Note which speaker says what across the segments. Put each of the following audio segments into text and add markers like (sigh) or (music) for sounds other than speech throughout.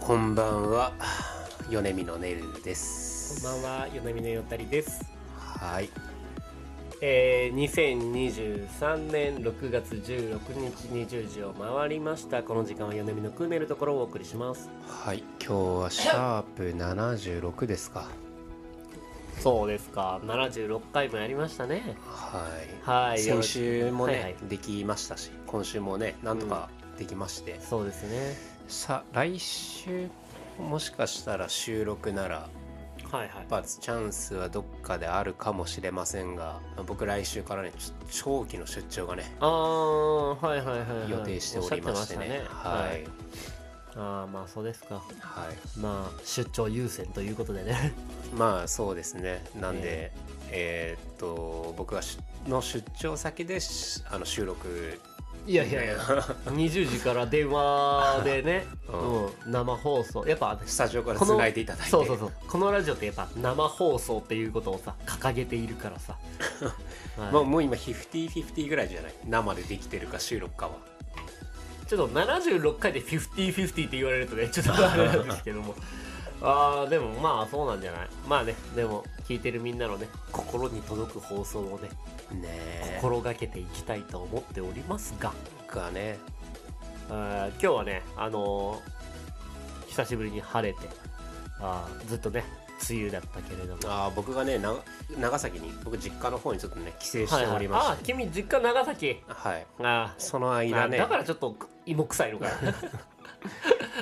Speaker 1: こんばんは米見のねるです
Speaker 2: こんばんは、よなみのよったりです。
Speaker 1: はい
Speaker 2: えー、2023年6月16日20時を回りました。この時間はよなみのクーネルところをお送りします。
Speaker 1: はい今日はシャープ76ですか
Speaker 2: そうですか、76回もやりましたね。
Speaker 1: はい
Speaker 2: はい、
Speaker 1: 先週もね、
Speaker 2: はいはい
Speaker 1: できましたし今週もねなんとかできまして、
Speaker 2: そうですね。
Speaker 1: さ来週もしかしたら収録なら
Speaker 2: はいはい。
Speaker 1: バツチャンスはどっかであるかもしれませんが僕来週からねちょ長期の出張がね
Speaker 2: ああ、はいはいはい、はい。
Speaker 1: 予定しておりましてね
Speaker 2: おっゃってましたね
Speaker 1: はい、
Speaker 2: ああ、まあそうですか。
Speaker 1: はい、
Speaker 2: まあ、出張優先ということでね。
Speaker 1: まあそうですねなんで、えーっと僕がしの出張先でしあの収録
Speaker 2: いやいやいや、20時から電話でね、 (laughs) うん、生放送。やっぱ、
Speaker 1: スタジオから繋いでいただいて
Speaker 2: そうそうそうこのラジオってやっぱ生放送っていうことをさ掲げているから
Speaker 1: (laughs)
Speaker 2: さ、はい
Speaker 1: もうもう今50-50ぐらいじゃない生でできてるか収録かは
Speaker 2: ちょっと76回で5050って言われるとねちょっとあれなんです
Speaker 1: (laughs)
Speaker 2: けどもあーでもまあそうなんじゃないまあねでも聞いてるみんなのね心に届く放送をね
Speaker 1: ねえ
Speaker 2: 心がけていきたいと思っておりますが
Speaker 1: がね
Speaker 2: あー今日はねあのー久しぶりに晴れてあーずっとね梅雨だったけれども
Speaker 1: あー僕がねな長崎に僕実家の方にちょっとね帰省しておりま
Speaker 2: はいはいあ
Speaker 1: し
Speaker 2: ー
Speaker 1: て
Speaker 2: 君実家長崎
Speaker 1: はい
Speaker 2: あー
Speaker 1: その間ね
Speaker 2: あだからちょっと芋臭い
Speaker 1: (laughs)
Speaker 2: のかな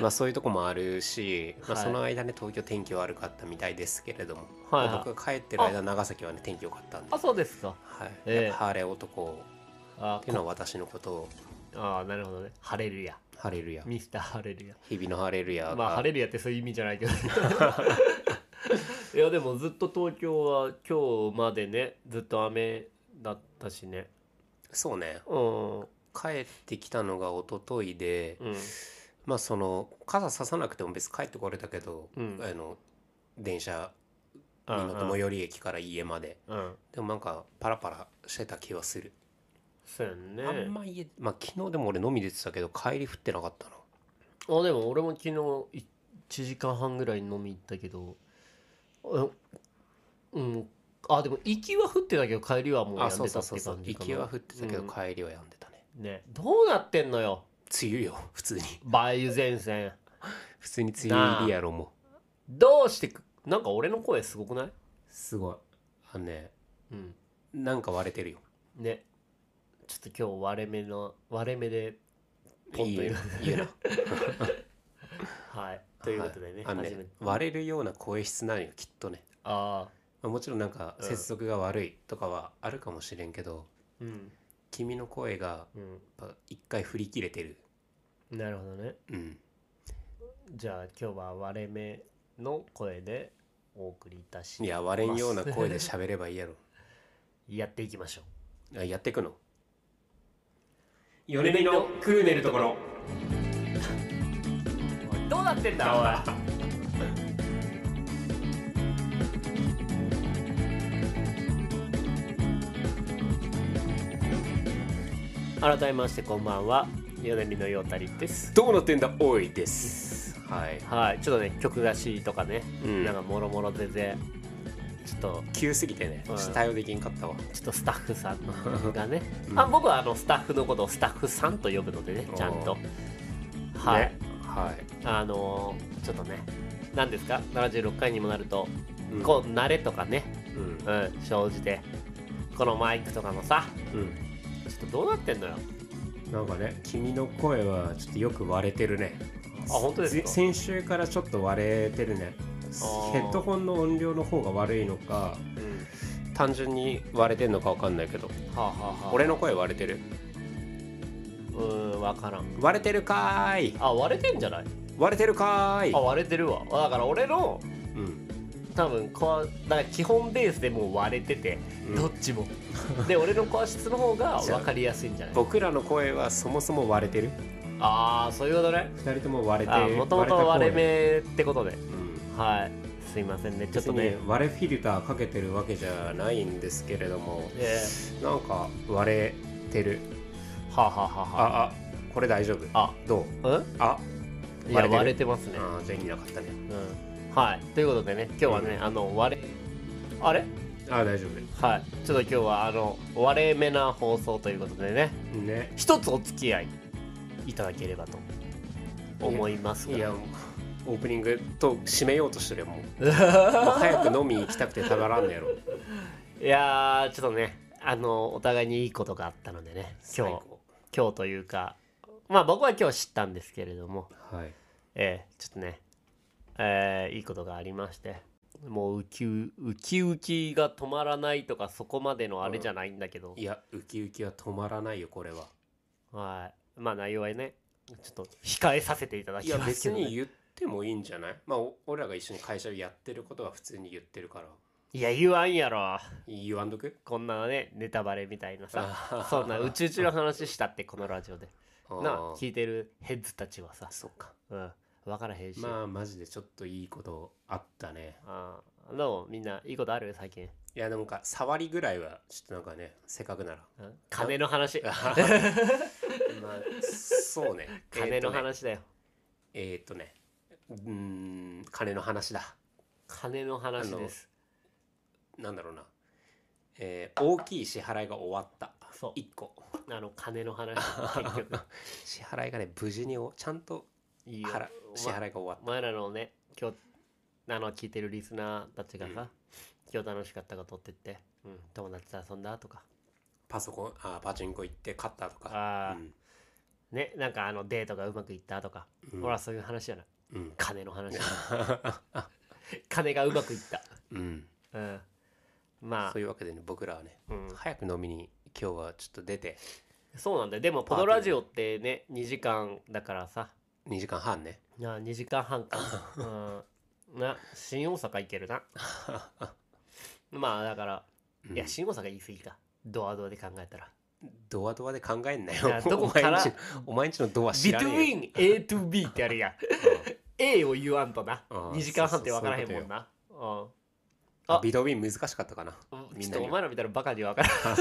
Speaker 1: まあそういうとこもあるし、まあ、
Speaker 2: はい
Speaker 1: その間ね東京天気悪かったみたいですけれども、
Speaker 2: はいはい
Speaker 1: まあ僕が帰ってる間長崎はね天気良かったんで
Speaker 2: あそうですか
Speaker 1: はい、
Speaker 2: ええ
Speaker 1: やっぱ晴れ男
Speaker 2: あ
Speaker 1: っていうのは私のことを
Speaker 2: あなるほどねハレルヤ
Speaker 1: ハレルヤ
Speaker 2: ミスターハレルヤ
Speaker 1: 日々のハレルヤが、
Speaker 2: まあハレルヤってそういう意味じゃない
Speaker 1: (laughs)
Speaker 2: けどいやでもずっと東京は今日までねずっと雨だったしね
Speaker 1: そうね
Speaker 2: うんうん
Speaker 1: 帰ってきたのが一昨日で、まあその傘ささなくても別に帰ってこれたけど、
Speaker 2: うん
Speaker 1: あの電車
Speaker 2: う
Speaker 1: に乗って最
Speaker 2: ん
Speaker 1: 寄り駅から家まで
Speaker 2: うん
Speaker 1: でもなんかパラパラしてた気はする、
Speaker 2: そうやんね
Speaker 1: あんま家まあ昨日でも俺飲み出てたけど帰り降ってなかったな
Speaker 2: あでも俺も昨日1時間半ぐらい飲み行ったけどうんうんあでも行きは降ってたけど帰りはもうや
Speaker 1: あ
Speaker 2: んで
Speaker 1: そ
Speaker 2: た
Speaker 1: う
Speaker 2: っ
Speaker 1: そ
Speaker 2: て
Speaker 1: う
Speaker 2: 感
Speaker 1: そう
Speaker 2: じ
Speaker 1: そ
Speaker 2: か
Speaker 1: う
Speaker 2: な
Speaker 1: 行きは降ってたけど
Speaker 2: うん
Speaker 1: 帰りはやんでたね、
Speaker 2: ねどうなってんのよ
Speaker 1: 梅雨よ普通に
Speaker 2: 梅雨前線
Speaker 1: 普通に梅雨入りやろも
Speaker 2: どうしてくなんか俺の声すごくない、
Speaker 1: すごいあのね
Speaker 2: うん、
Speaker 1: なんか割れてるよ
Speaker 2: ねちょっと今日割れ目の割れ目でポンと
Speaker 1: いい
Speaker 2: 言う
Speaker 1: いい (laughs) な
Speaker 2: はいということでね,、
Speaker 1: はいあの
Speaker 2: 初め
Speaker 1: ね
Speaker 2: て
Speaker 1: 割れるような声質なのよきっとね、
Speaker 2: ああ
Speaker 1: まあ、もちろんなんか
Speaker 2: うん
Speaker 1: 接続が悪いとかはあるかもしれんけど、
Speaker 2: うん
Speaker 1: 君の声が
Speaker 2: う
Speaker 1: やっぱ一回振り切れてる
Speaker 2: んなるほどね
Speaker 1: うん
Speaker 2: じゃあ今日は割れ目の声でお送りいたし
Speaker 1: いや割れんような声で喋ればいいやろ
Speaker 2: (laughs) やっていきましょう
Speaker 1: あやってくの
Speaker 2: 米見の
Speaker 1: クーネルところ
Speaker 2: おいどうなってんだおい改めましてこんばんは米見のようたりです
Speaker 1: どうなってんだおいですはい、
Speaker 2: はいちょっとね曲出しとかね、
Speaker 1: うん、
Speaker 2: なんかもろもろ全然ちょっと
Speaker 1: 急すぎてね、ちょっと対応できんかったわ。
Speaker 2: ちょっとスタッフさん
Speaker 1: (laughs)
Speaker 2: のがね、
Speaker 1: うん
Speaker 2: あ僕はあのスタッフのことをスタッフさんと呼ぶのでねちゃんと
Speaker 1: お
Speaker 2: はい、
Speaker 1: ねはい。
Speaker 2: あのーちょっとね何ですか76回にもなると、
Speaker 1: うん
Speaker 2: こう慣れとかね、
Speaker 1: うん
Speaker 2: うん、生じてこのマイクとかもさ
Speaker 1: うん。
Speaker 2: ちょっとどうなってんのよ
Speaker 1: なんかね、君の声はちょっとよく割れてるね。
Speaker 2: あ本当ですか
Speaker 1: せ先週からちょっと割れてるね。
Speaker 2: ー
Speaker 1: ヘッドホンの音量の方が悪いのか、
Speaker 2: うん
Speaker 1: 単純に割れてんのかわかんないけど、
Speaker 2: はあ、はあはあ、
Speaker 1: 俺の声割れてる。
Speaker 2: うん分からん
Speaker 1: 割れてるかーい。
Speaker 2: あ割れてんじゃない
Speaker 1: 割れてるかーい
Speaker 2: あ。割れてるわあだから俺の
Speaker 1: うん。
Speaker 2: 多分こうだから基本ベースでもう割れてて、
Speaker 1: うん
Speaker 2: どっちもで俺の声質の方が分かりやすいんじゃない
Speaker 1: 僕らの声はそもそも割れてる。
Speaker 2: ああそういうことね
Speaker 1: 二人とも割れて
Speaker 2: あもともと割れ。目ってことで
Speaker 1: た声うん
Speaker 2: はいすいませんねちょっ
Speaker 1: 別
Speaker 2: と
Speaker 1: にね
Speaker 2: ね
Speaker 1: 割れフィルターかけてるわけじゃないんですけれども
Speaker 2: え
Speaker 1: なんか割れてる
Speaker 2: ーはあ、はあはあは
Speaker 1: ああこれ大丈夫
Speaker 2: あ
Speaker 1: どう
Speaker 2: あうん
Speaker 1: あ
Speaker 2: いや
Speaker 1: 割
Speaker 2: 割れ
Speaker 1: れ
Speaker 2: て
Speaker 1: て
Speaker 2: ますね
Speaker 1: ああ元気なかったね
Speaker 2: うんはいということでね今日はね、
Speaker 1: う
Speaker 2: あの割れあれ
Speaker 1: ああ大丈夫
Speaker 2: はいちょっと今日はあの割れ目な放送ということでね
Speaker 1: ね
Speaker 2: 一つお付き合いいただければと思いますが
Speaker 1: いやもうオープニングと締めようとしてるよも
Speaker 2: (laughs)
Speaker 1: うもう早く飲みに行きたくてたまらんのやろ
Speaker 2: いやーちょっとねあのお互いにいいことがあったのでね今
Speaker 1: 最
Speaker 2: 日
Speaker 1: 高
Speaker 2: 今日というかまあ僕は今日知ったんですけれども
Speaker 1: はい
Speaker 2: ええちょっとねえーいいことがありましてもうウキウウキウキが止まらないとかそこまでのあれじゃないんだけど、
Speaker 1: いやウキウキは止まらないよこれは
Speaker 2: はいまあ内容はねちょっと控えさせていただ
Speaker 1: い
Speaker 2: き
Speaker 1: や
Speaker 2: ます
Speaker 1: 別
Speaker 2: けど、ね、
Speaker 1: に言ってもいいんじゃないまあお俺らが一緒に会社でやってることは普通に言ってるから
Speaker 2: いや言わんやろ
Speaker 1: 言わんどく
Speaker 2: こんなねネタバレみたいなさ
Speaker 1: あ
Speaker 2: そんなうちうちの話したってこのラジオで
Speaker 1: (laughs) あ
Speaker 2: な聞いてるヘッズたちはさ
Speaker 1: そっか
Speaker 2: うん分からへんし、
Speaker 1: まあマジでちょっといいことあったね
Speaker 2: ああどうみんないいことある最近
Speaker 1: いやなんか触りぐらいはちょっとなんかねせっかくなら
Speaker 2: うん金の話 (laughs)
Speaker 1: まあそうね
Speaker 2: 金の
Speaker 1: 話
Speaker 2: 話だよ
Speaker 1: えーっとねうーん金の話だ
Speaker 2: 金の話です
Speaker 1: なんだろうなえー大きい支払いが終わった
Speaker 2: そう
Speaker 1: 1個
Speaker 2: あの金の
Speaker 1: (laughs)
Speaker 2: 話結局
Speaker 1: 支払いがね無事におちゃんと
Speaker 2: いいよ
Speaker 1: 払
Speaker 2: お前
Speaker 1: 支払いが終わっ
Speaker 2: お前らのね今日あの聞いてるリスナーたちがさ、
Speaker 1: うん
Speaker 2: 今日楽しかったことって言って、うん、友達と遊んだとか
Speaker 1: パソコンあーパチンコ行って勝ったとか
Speaker 2: あー
Speaker 1: うん
Speaker 2: ねなんかあのデートがうまくいったとか、
Speaker 1: うん
Speaker 2: ほらそういう話じゃない
Speaker 1: うん
Speaker 2: 金の話
Speaker 1: (laughs)
Speaker 2: 金がうまくいった、
Speaker 1: うん
Speaker 2: うん、まあ
Speaker 1: そういうわけでね僕らはね
Speaker 2: うん
Speaker 1: 早く飲みに今日はちょっと出て
Speaker 2: そうなんだよでもポドラジオってね2時間だからさ
Speaker 1: 2時間半ね
Speaker 2: いや2時間
Speaker 1: (laughs)
Speaker 2: 半かうんな新大阪行けるなまあだから、
Speaker 1: うん
Speaker 2: いや新大阪言い過ぎかドアドアで考えたら
Speaker 1: ドアドアで考えんないよ
Speaker 2: やどこか
Speaker 1: お
Speaker 2: ら
Speaker 1: 前んちお前んちのドア知らねえよ
Speaker 2: Between A to B ってあるやん A を言わんとな
Speaker 1: あー
Speaker 2: 2時間半って分からへんもんなうん
Speaker 1: あビドビン難しかったかな
Speaker 2: うん
Speaker 1: み
Speaker 2: ちょ
Speaker 1: ん
Speaker 2: っ
Speaker 1: な
Speaker 2: と
Speaker 1: に
Speaker 2: お前ら見たらバカには分からん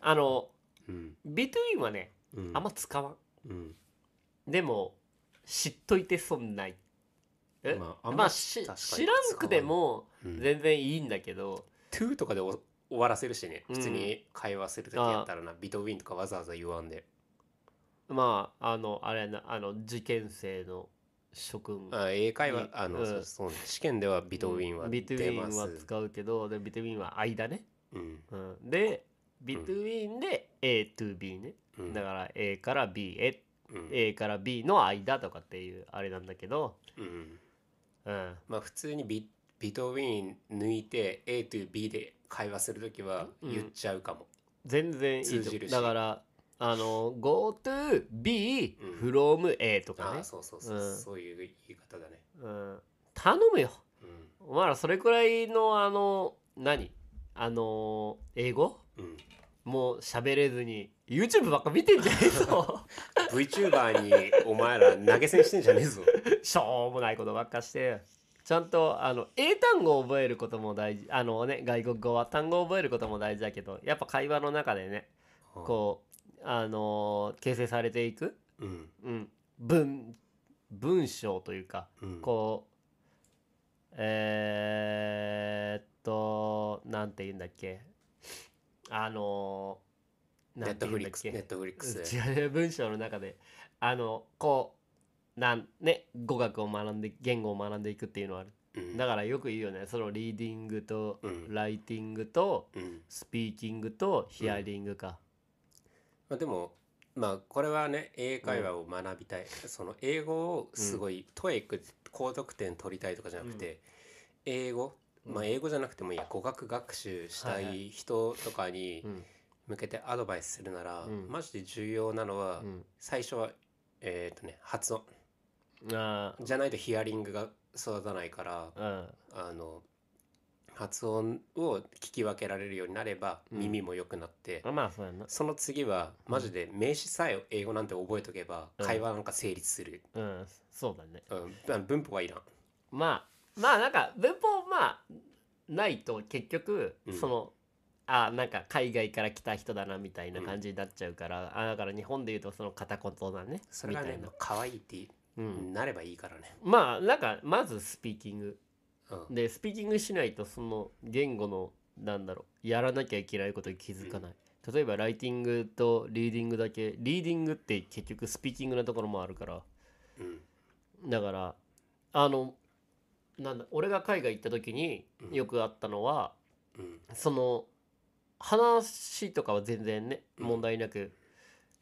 Speaker 2: あの
Speaker 1: うん、
Speaker 2: Between はね
Speaker 1: うん、
Speaker 2: あんま使わん
Speaker 1: うん
Speaker 2: でも知っといて損ないえ
Speaker 1: まあ
Speaker 2: ま
Speaker 1: あ
Speaker 2: あ
Speaker 1: んま
Speaker 2: し
Speaker 1: 確かに
Speaker 2: 知らんくても
Speaker 1: うん
Speaker 2: 全然いいんだけど、
Speaker 1: 2とかでお終わらせるしね
Speaker 2: うん
Speaker 1: 普通に会話するときやったらな、ビトウィンとかわざわざ言わんで、
Speaker 2: まああのあれやなあの受験生の諸君
Speaker 1: あ英会
Speaker 2: うん
Speaker 1: 話あの、
Speaker 2: うん
Speaker 1: そうそうね試験ではビトウィンは
Speaker 2: ビトゥ
Speaker 1: 出
Speaker 2: イ
Speaker 1: ま
Speaker 2: ン
Speaker 1: す、
Speaker 2: は使うけどでビトゥインは間ね、
Speaker 1: うん
Speaker 2: うん、でビトゥインで A to B ね、
Speaker 1: うん
Speaker 2: だから A から B へ
Speaker 1: うん
Speaker 2: A から B の間とかっていうあれなんだけど、
Speaker 1: うん
Speaker 2: うん、
Speaker 1: まあ普通にビビトウィン抜いて A to B で会話するときは
Speaker 2: うん
Speaker 1: 言っちゃうかも、
Speaker 2: 全然いい
Speaker 1: 通
Speaker 2: と
Speaker 1: じるし
Speaker 2: だからあの Go to B
Speaker 1: うん
Speaker 2: from A とか
Speaker 1: あ
Speaker 2: ね
Speaker 1: あ、そうそうそう、
Speaker 2: うん
Speaker 1: そういう言い方だね
Speaker 2: うん、頼むよ
Speaker 1: う
Speaker 2: お前らそれくらいのあの何あの英語
Speaker 1: ん、うん、
Speaker 2: もう喋れずに YouTube ばっか見てんじゃねえ
Speaker 1: (laughs)
Speaker 2: ぞ
Speaker 1: VTuber にお前ら投げ銭してんじゃねえぞ
Speaker 2: しょうもないことばっかしてちゃんとあの英単語を覚えることも大事あのね外国語は単語を覚えることも大事だけどやっぱ会話の中でねこうあの形成されていく、
Speaker 1: うん
Speaker 2: うん、文文章というか
Speaker 1: うん
Speaker 2: こうえー、っとなんて言うんだっけあのー、
Speaker 1: ネ
Speaker 2: な
Speaker 1: ッ
Speaker 2: ん
Speaker 1: ト
Speaker 2: て言
Speaker 1: フ
Speaker 2: うん
Speaker 1: リッ
Speaker 2: だっ
Speaker 1: クス
Speaker 2: け
Speaker 1: ネットフリックス
Speaker 2: 違う文章の中であのこうなんね語学を学んで言語を学んでいくっていうのはある
Speaker 1: うん
Speaker 2: だからよく言うよねそのリーディングと
Speaker 1: うん
Speaker 2: ライティングと
Speaker 1: うん
Speaker 2: スピーキングとヒアリングか、
Speaker 1: まあ、でもまあこれはね英会話を学びたい、その英語をすごい、トエック高得点取りたいとかじゃなくて、英語まあ英語じゃなくてもいいや語学学習した
Speaker 2: はいはい
Speaker 1: 人とかに
Speaker 2: うん
Speaker 1: 向けてアドバイスするなら、
Speaker 2: うん
Speaker 1: マジで重要なのは、
Speaker 2: うん
Speaker 1: 最初はえっ、とね発音
Speaker 2: あ
Speaker 1: じゃないとヒアリングが育たないから
Speaker 2: ーうん
Speaker 1: あの発音を聞き分けられるようになれば
Speaker 2: うん
Speaker 1: 耳も良くなって、
Speaker 2: あまあそうやんな
Speaker 1: その次はマジで名詞さえ英語なんて覚えとけば
Speaker 2: うん
Speaker 1: 会話なんか成立する、
Speaker 2: うんそうだね
Speaker 1: うんまあ文法はいらん
Speaker 2: まあまあなんか文法まあないと結局
Speaker 1: うん
Speaker 2: その、あなんか海外から来た人だなみたいな感じになっちゃうから、あだから日本で言うとその片言だね
Speaker 1: それが
Speaker 2: みた
Speaker 1: ね
Speaker 2: いな
Speaker 1: 可愛いって
Speaker 2: うん、
Speaker 1: なればいいからね。
Speaker 2: まあなんかまずスピーキング
Speaker 1: うん、
Speaker 2: でスピーキングしないとその言語のなんだろうやらなきゃいけないことに気づかない、例えばライティングとリーディングだけリーディングって結局スピーキングなところもあるから
Speaker 1: うん、
Speaker 2: だからあのなんだ俺が海外行った時に
Speaker 1: うん
Speaker 2: よくあったのは、
Speaker 1: うん、
Speaker 2: その話とかは全然ね
Speaker 1: うん
Speaker 2: 問題なく、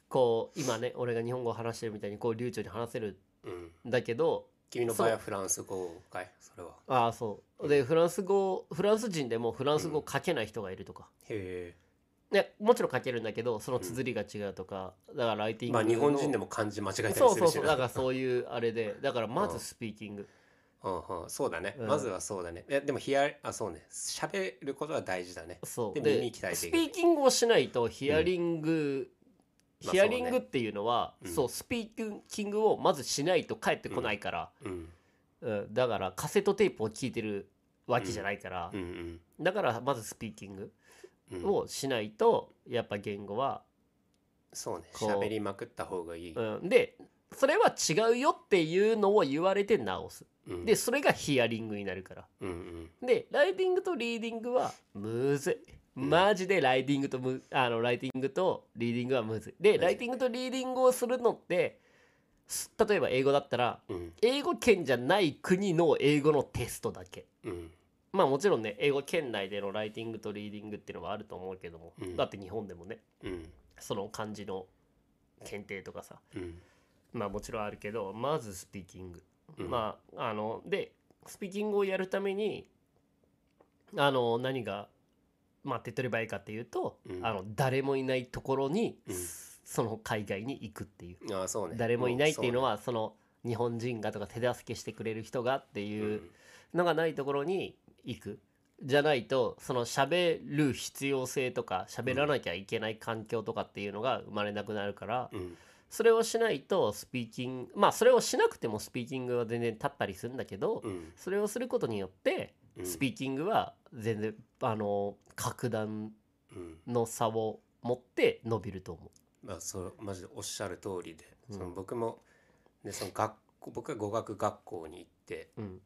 Speaker 2: こう今ね俺が日本語を話してるみたいにこう流暢に話せる
Speaker 1: うん。
Speaker 2: んだけど
Speaker 1: 君の場合はフランス語かいそれは。
Speaker 2: ああそうでフランス語フランス人でもフランス語を書けない人がいるとか、
Speaker 1: へ
Speaker 2: ね、もちろん書けるんだけどその綴りが違うとか、だからライティ
Speaker 1: え。
Speaker 2: ング
Speaker 1: まあ
Speaker 2: の
Speaker 1: 日本人でも漢字間違えたりするし
Speaker 2: そうそうそう
Speaker 1: な
Speaker 2: だからそういうあれでだからまずスピーキング、
Speaker 1: うんうん、そうだね、
Speaker 2: うん
Speaker 1: まずはそうだねいやでもヒアあそうね喋ることは大事だね
Speaker 2: そ
Speaker 1: で
Speaker 2: うで
Speaker 1: 耳鍛えていく
Speaker 2: スピーキングをしないとヒアリング、
Speaker 1: うんまあ
Speaker 2: ヒアリングっていうのは、
Speaker 1: そうねうん
Speaker 2: そうスピーキングをまずしないと返ってこないから、
Speaker 1: うん
Speaker 2: うん、だからカセットテープを聞いてるわけじゃないから
Speaker 1: う、ん
Speaker 2: だからまずスピーキング
Speaker 1: うんうん
Speaker 2: をしないとやっぱ言語は、
Speaker 1: そうね
Speaker 2: こう
Speaker 1: 喋りまくった方がいい、
Speaker 2: うん、でそれは違うよっていうのを言われて直す
Speaker 1: うん、
Speaker 2: でそれがヒアリングになるから
Speaker 1: うんうん
Speaker 2: でライティングとリーディングはむずい
Speaker 1: ん
Speaker 2: マジでライティングとむあのライティングとリーディングはむずいで
Speaker 1: マジで
Speaker 2: ライティングとリーディングをするのってす例えば英語だったら
Speaker 1: うん
Speaker 2: 英語圏じゃない国の英語のテストだけ
Speaker 1: うん
Speaker 2: まあもちろんね英語圏内でのライティングとリーディングっていうのはあると思うけども、
Speaker 1: うん
Speaker 2: だって日本でもね
Speaker 1: うん
Speaker 2: その漢字の検定とかさ
Speaker 1: うん
Speaker 2: まあもちろんあるけどまずスピーキング、
Speaker 1: うん
Speaker 2: まああのでスピーキングをやるためにあの何がまあ手っ取り早いかっていうと、
Speaker 1: うん
Speaker 2: あの誰もいないところに、
Speaker 1: うん
Speaker 2: その海外に行くっていう
Speaker 1: ああそうね
Speaker 2: 誰もいないっていうの
Speaker 1: は
Speaker 2: はその日本人がとか手助けしてくれる人がっていうのがないところに行くじゃないとその喋る必要性とか喋らなきゃいけない環境とかっていうのが生まれなくなるから
Speaker 1: うんうん
Speaker 2: それをしないとスピーキングまあそれをしなくてもスピーキングは全然立ったりするんだけど
Speaker 1: うん
Speaker 2: それをすることによって
Speaker 1: うん
Speaker 2: スピーキングは全然あの格段
Speaker 1: うん
Speaker 2: の差を持って伸びると思
Speaker 1: まあそうマジでおっしゃる通りで、
Speaker 2: うん
Speaker 1: その僕もねその学校僕は語学学校に行って
Speaker 2: う。うん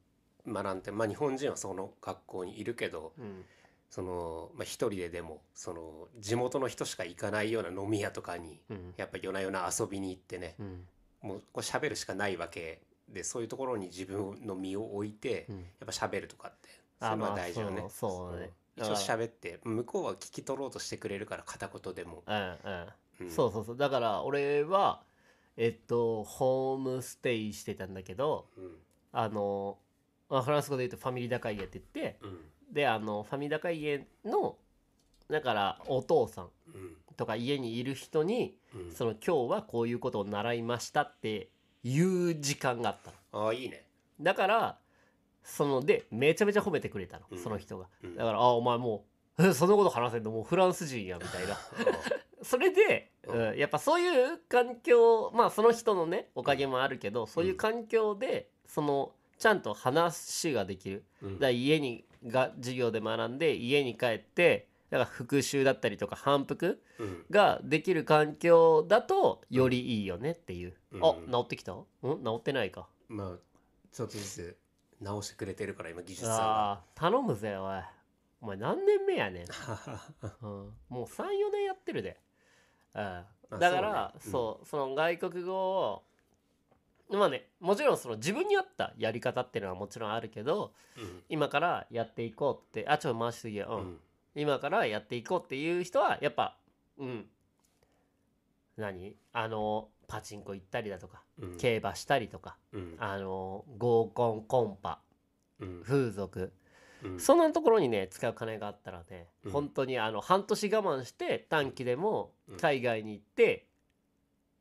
Speaker 1: 学んでまあ日本人はその学校にいるけど、
Speaker 2: うん
Speaker 1: その、まあ、一人ででもその地元の人しか行かないような飲み屋とかに
Speaker 2: うん
Speaker 1: やっぱ夜な夜な遊びに行ってね
Speaker 2: うん
Speaker 1: もうこう喋るしかないわけでそういうところに自分の身を置いて
Speaker 2: うん
Speaker 1: やっぱ喋るとかってそ
Speaker 2: あ
Speaker 1: れは
Speaker 2: まあ
Speaker 1: 大事よね。
Speaker 2: そうそうだね
Speaker 1: うん一応喋って向こうは聞き取ろうとしてくれるから片言でも。
Speaker 2: うんうん
Speaker 1: うん
Speaker 2: そうそうそうだから俺はえっとホームステイしてたんだけど
Speaker 1: うん
Speaker 2: あの、まあ、フランス語で言うとファミリー高家って言って
Speaker 1: うん
Speaker 2: であのファミリー高家のだからお父さん
Speaker 1: うん
Speaker 2: とか家にいる人に
Speaker 1: うん
Speaker 2: その今日はこういうことを習いましたっていう時間があったの
Speaker 1: ああいいね。
Speaker 2: だからそのでめちゃめちゃ褒めてくれたの、
Speaker 1: うん
Speaker 2: その人が
Speaker 1: うん
Speaker 2: だからあお前もうえそんなこと話せんのもうフランス人やみたいな (laughs) それで、
Speaker 1: うん
Speaker 2: うんやっぱそういう環境まあその人のねおかげもあるけどそういう環境でそのちゃんと話ができる
Speaker 1: うん
Speaker 2: だ
Speaker 1: (laughs)
Speaker 2: から家にが授業で学んで家に帰ってだから復習だったりとか反復
Speaker 1: うん
Speaker 2: ができる環境だとよりいいよねっていう、
Speaker 1: うん
Speaker 2: あ治ってきたん治ってないか
Speaker 1: まあちょっとずつ直してくれてるから今技術さんが。
Speaker 2: あー頼むぜおいお前何年目やねん、うん、もう34年やってるで、うん、
Speaker 1: まあ
Speaker 2: だから
Speaker 1: そうねうん
Speaker 2: そう,、その外国語をまあねもちろんその自分に合ったやり方っていうのはもちろんあるけど
Speaker 1: うん
Speaker 2: 今からやっていこうってあちょっと回しすぎや、うん
Speaker 1: うん
Speaker 2: 今からやっていこうっていう人はやっぱうん何あのパチンコ行ったりだとか
Speaker 1: うん
Speaker 2: 競馬したりとか、
Speaker 1: うん
Speaker 2: あの合コンコンパ
Speaker 1: うん
Speaker 2: 風俗、
Speaker 1: うん
Speaker 2: そんなところにね使う金があったらね、
Speaker 1: うん
Speaker 2: 本当にあの半年我慢して短期でも
Speaker 1: うん
Speaker 2: 海外に行って、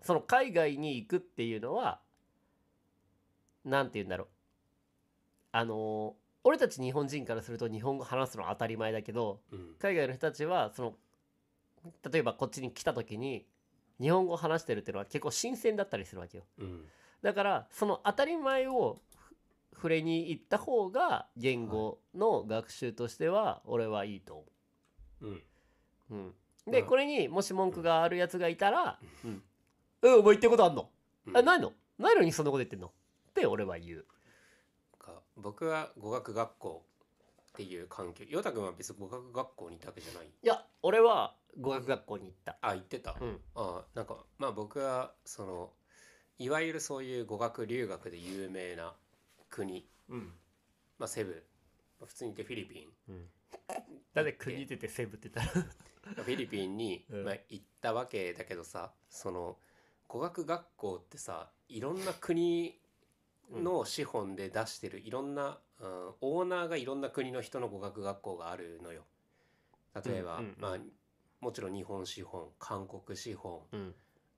Speaker 2: その海外に行くっていうのはなんて言うんだろうあのー俺たち日本人からすると日本語話すのは当たり前だけど
Speaker 1: うん
Speaker 2: 海外の人たちはその例えばこっちに来た時に日本語を話してるっていうのは結構新鮮だったりするわけよ。
Speaker 1: うん
Speaker 2: だからその当たり前をふ触れに行った方が言語の学習としては俺はいいと思
Speaker 1: うん
Speaker 2: う。うん、で
Speaker 1: うん
Speaker 2: これにもし文句があるやつがいたら「うん、えお前言ってることあんの、
Speaker 1: うん
Speaker 2: あないのないのにそんなこと言ってんのって俺は言う
Speaker 1: か僕は語学学校っていう環境ヨタ君は別に語学学校にいたわけじゃない
Speaker 2: いや俺は語学学校に行った
Speaker 1: あ行ってた、
Speaker 2: うん
Speaker 1: あなんかまあ僕はそのいわゆるそういう語学留学で有名な国、
Speaker 2: うん、
Speaker 1: まあ、セブンまあ普通にいてフィリピン
Speaker 2: だって国出てセブって言ったら
Speaker 1: フィリピンに、
Speaker 2: (laughs) うん
Speaker 1: まあ、行ったわけだけどさその語学学校ってさいろんな国の資本で出してるいろんな、うんオーナーがいろんな国の人の語学学校があるのよ。例えば、
Speaker 2: うんうんうん
Speaker 1: まあ、もちろん日本資本韓国資本、
Speaker 2: うん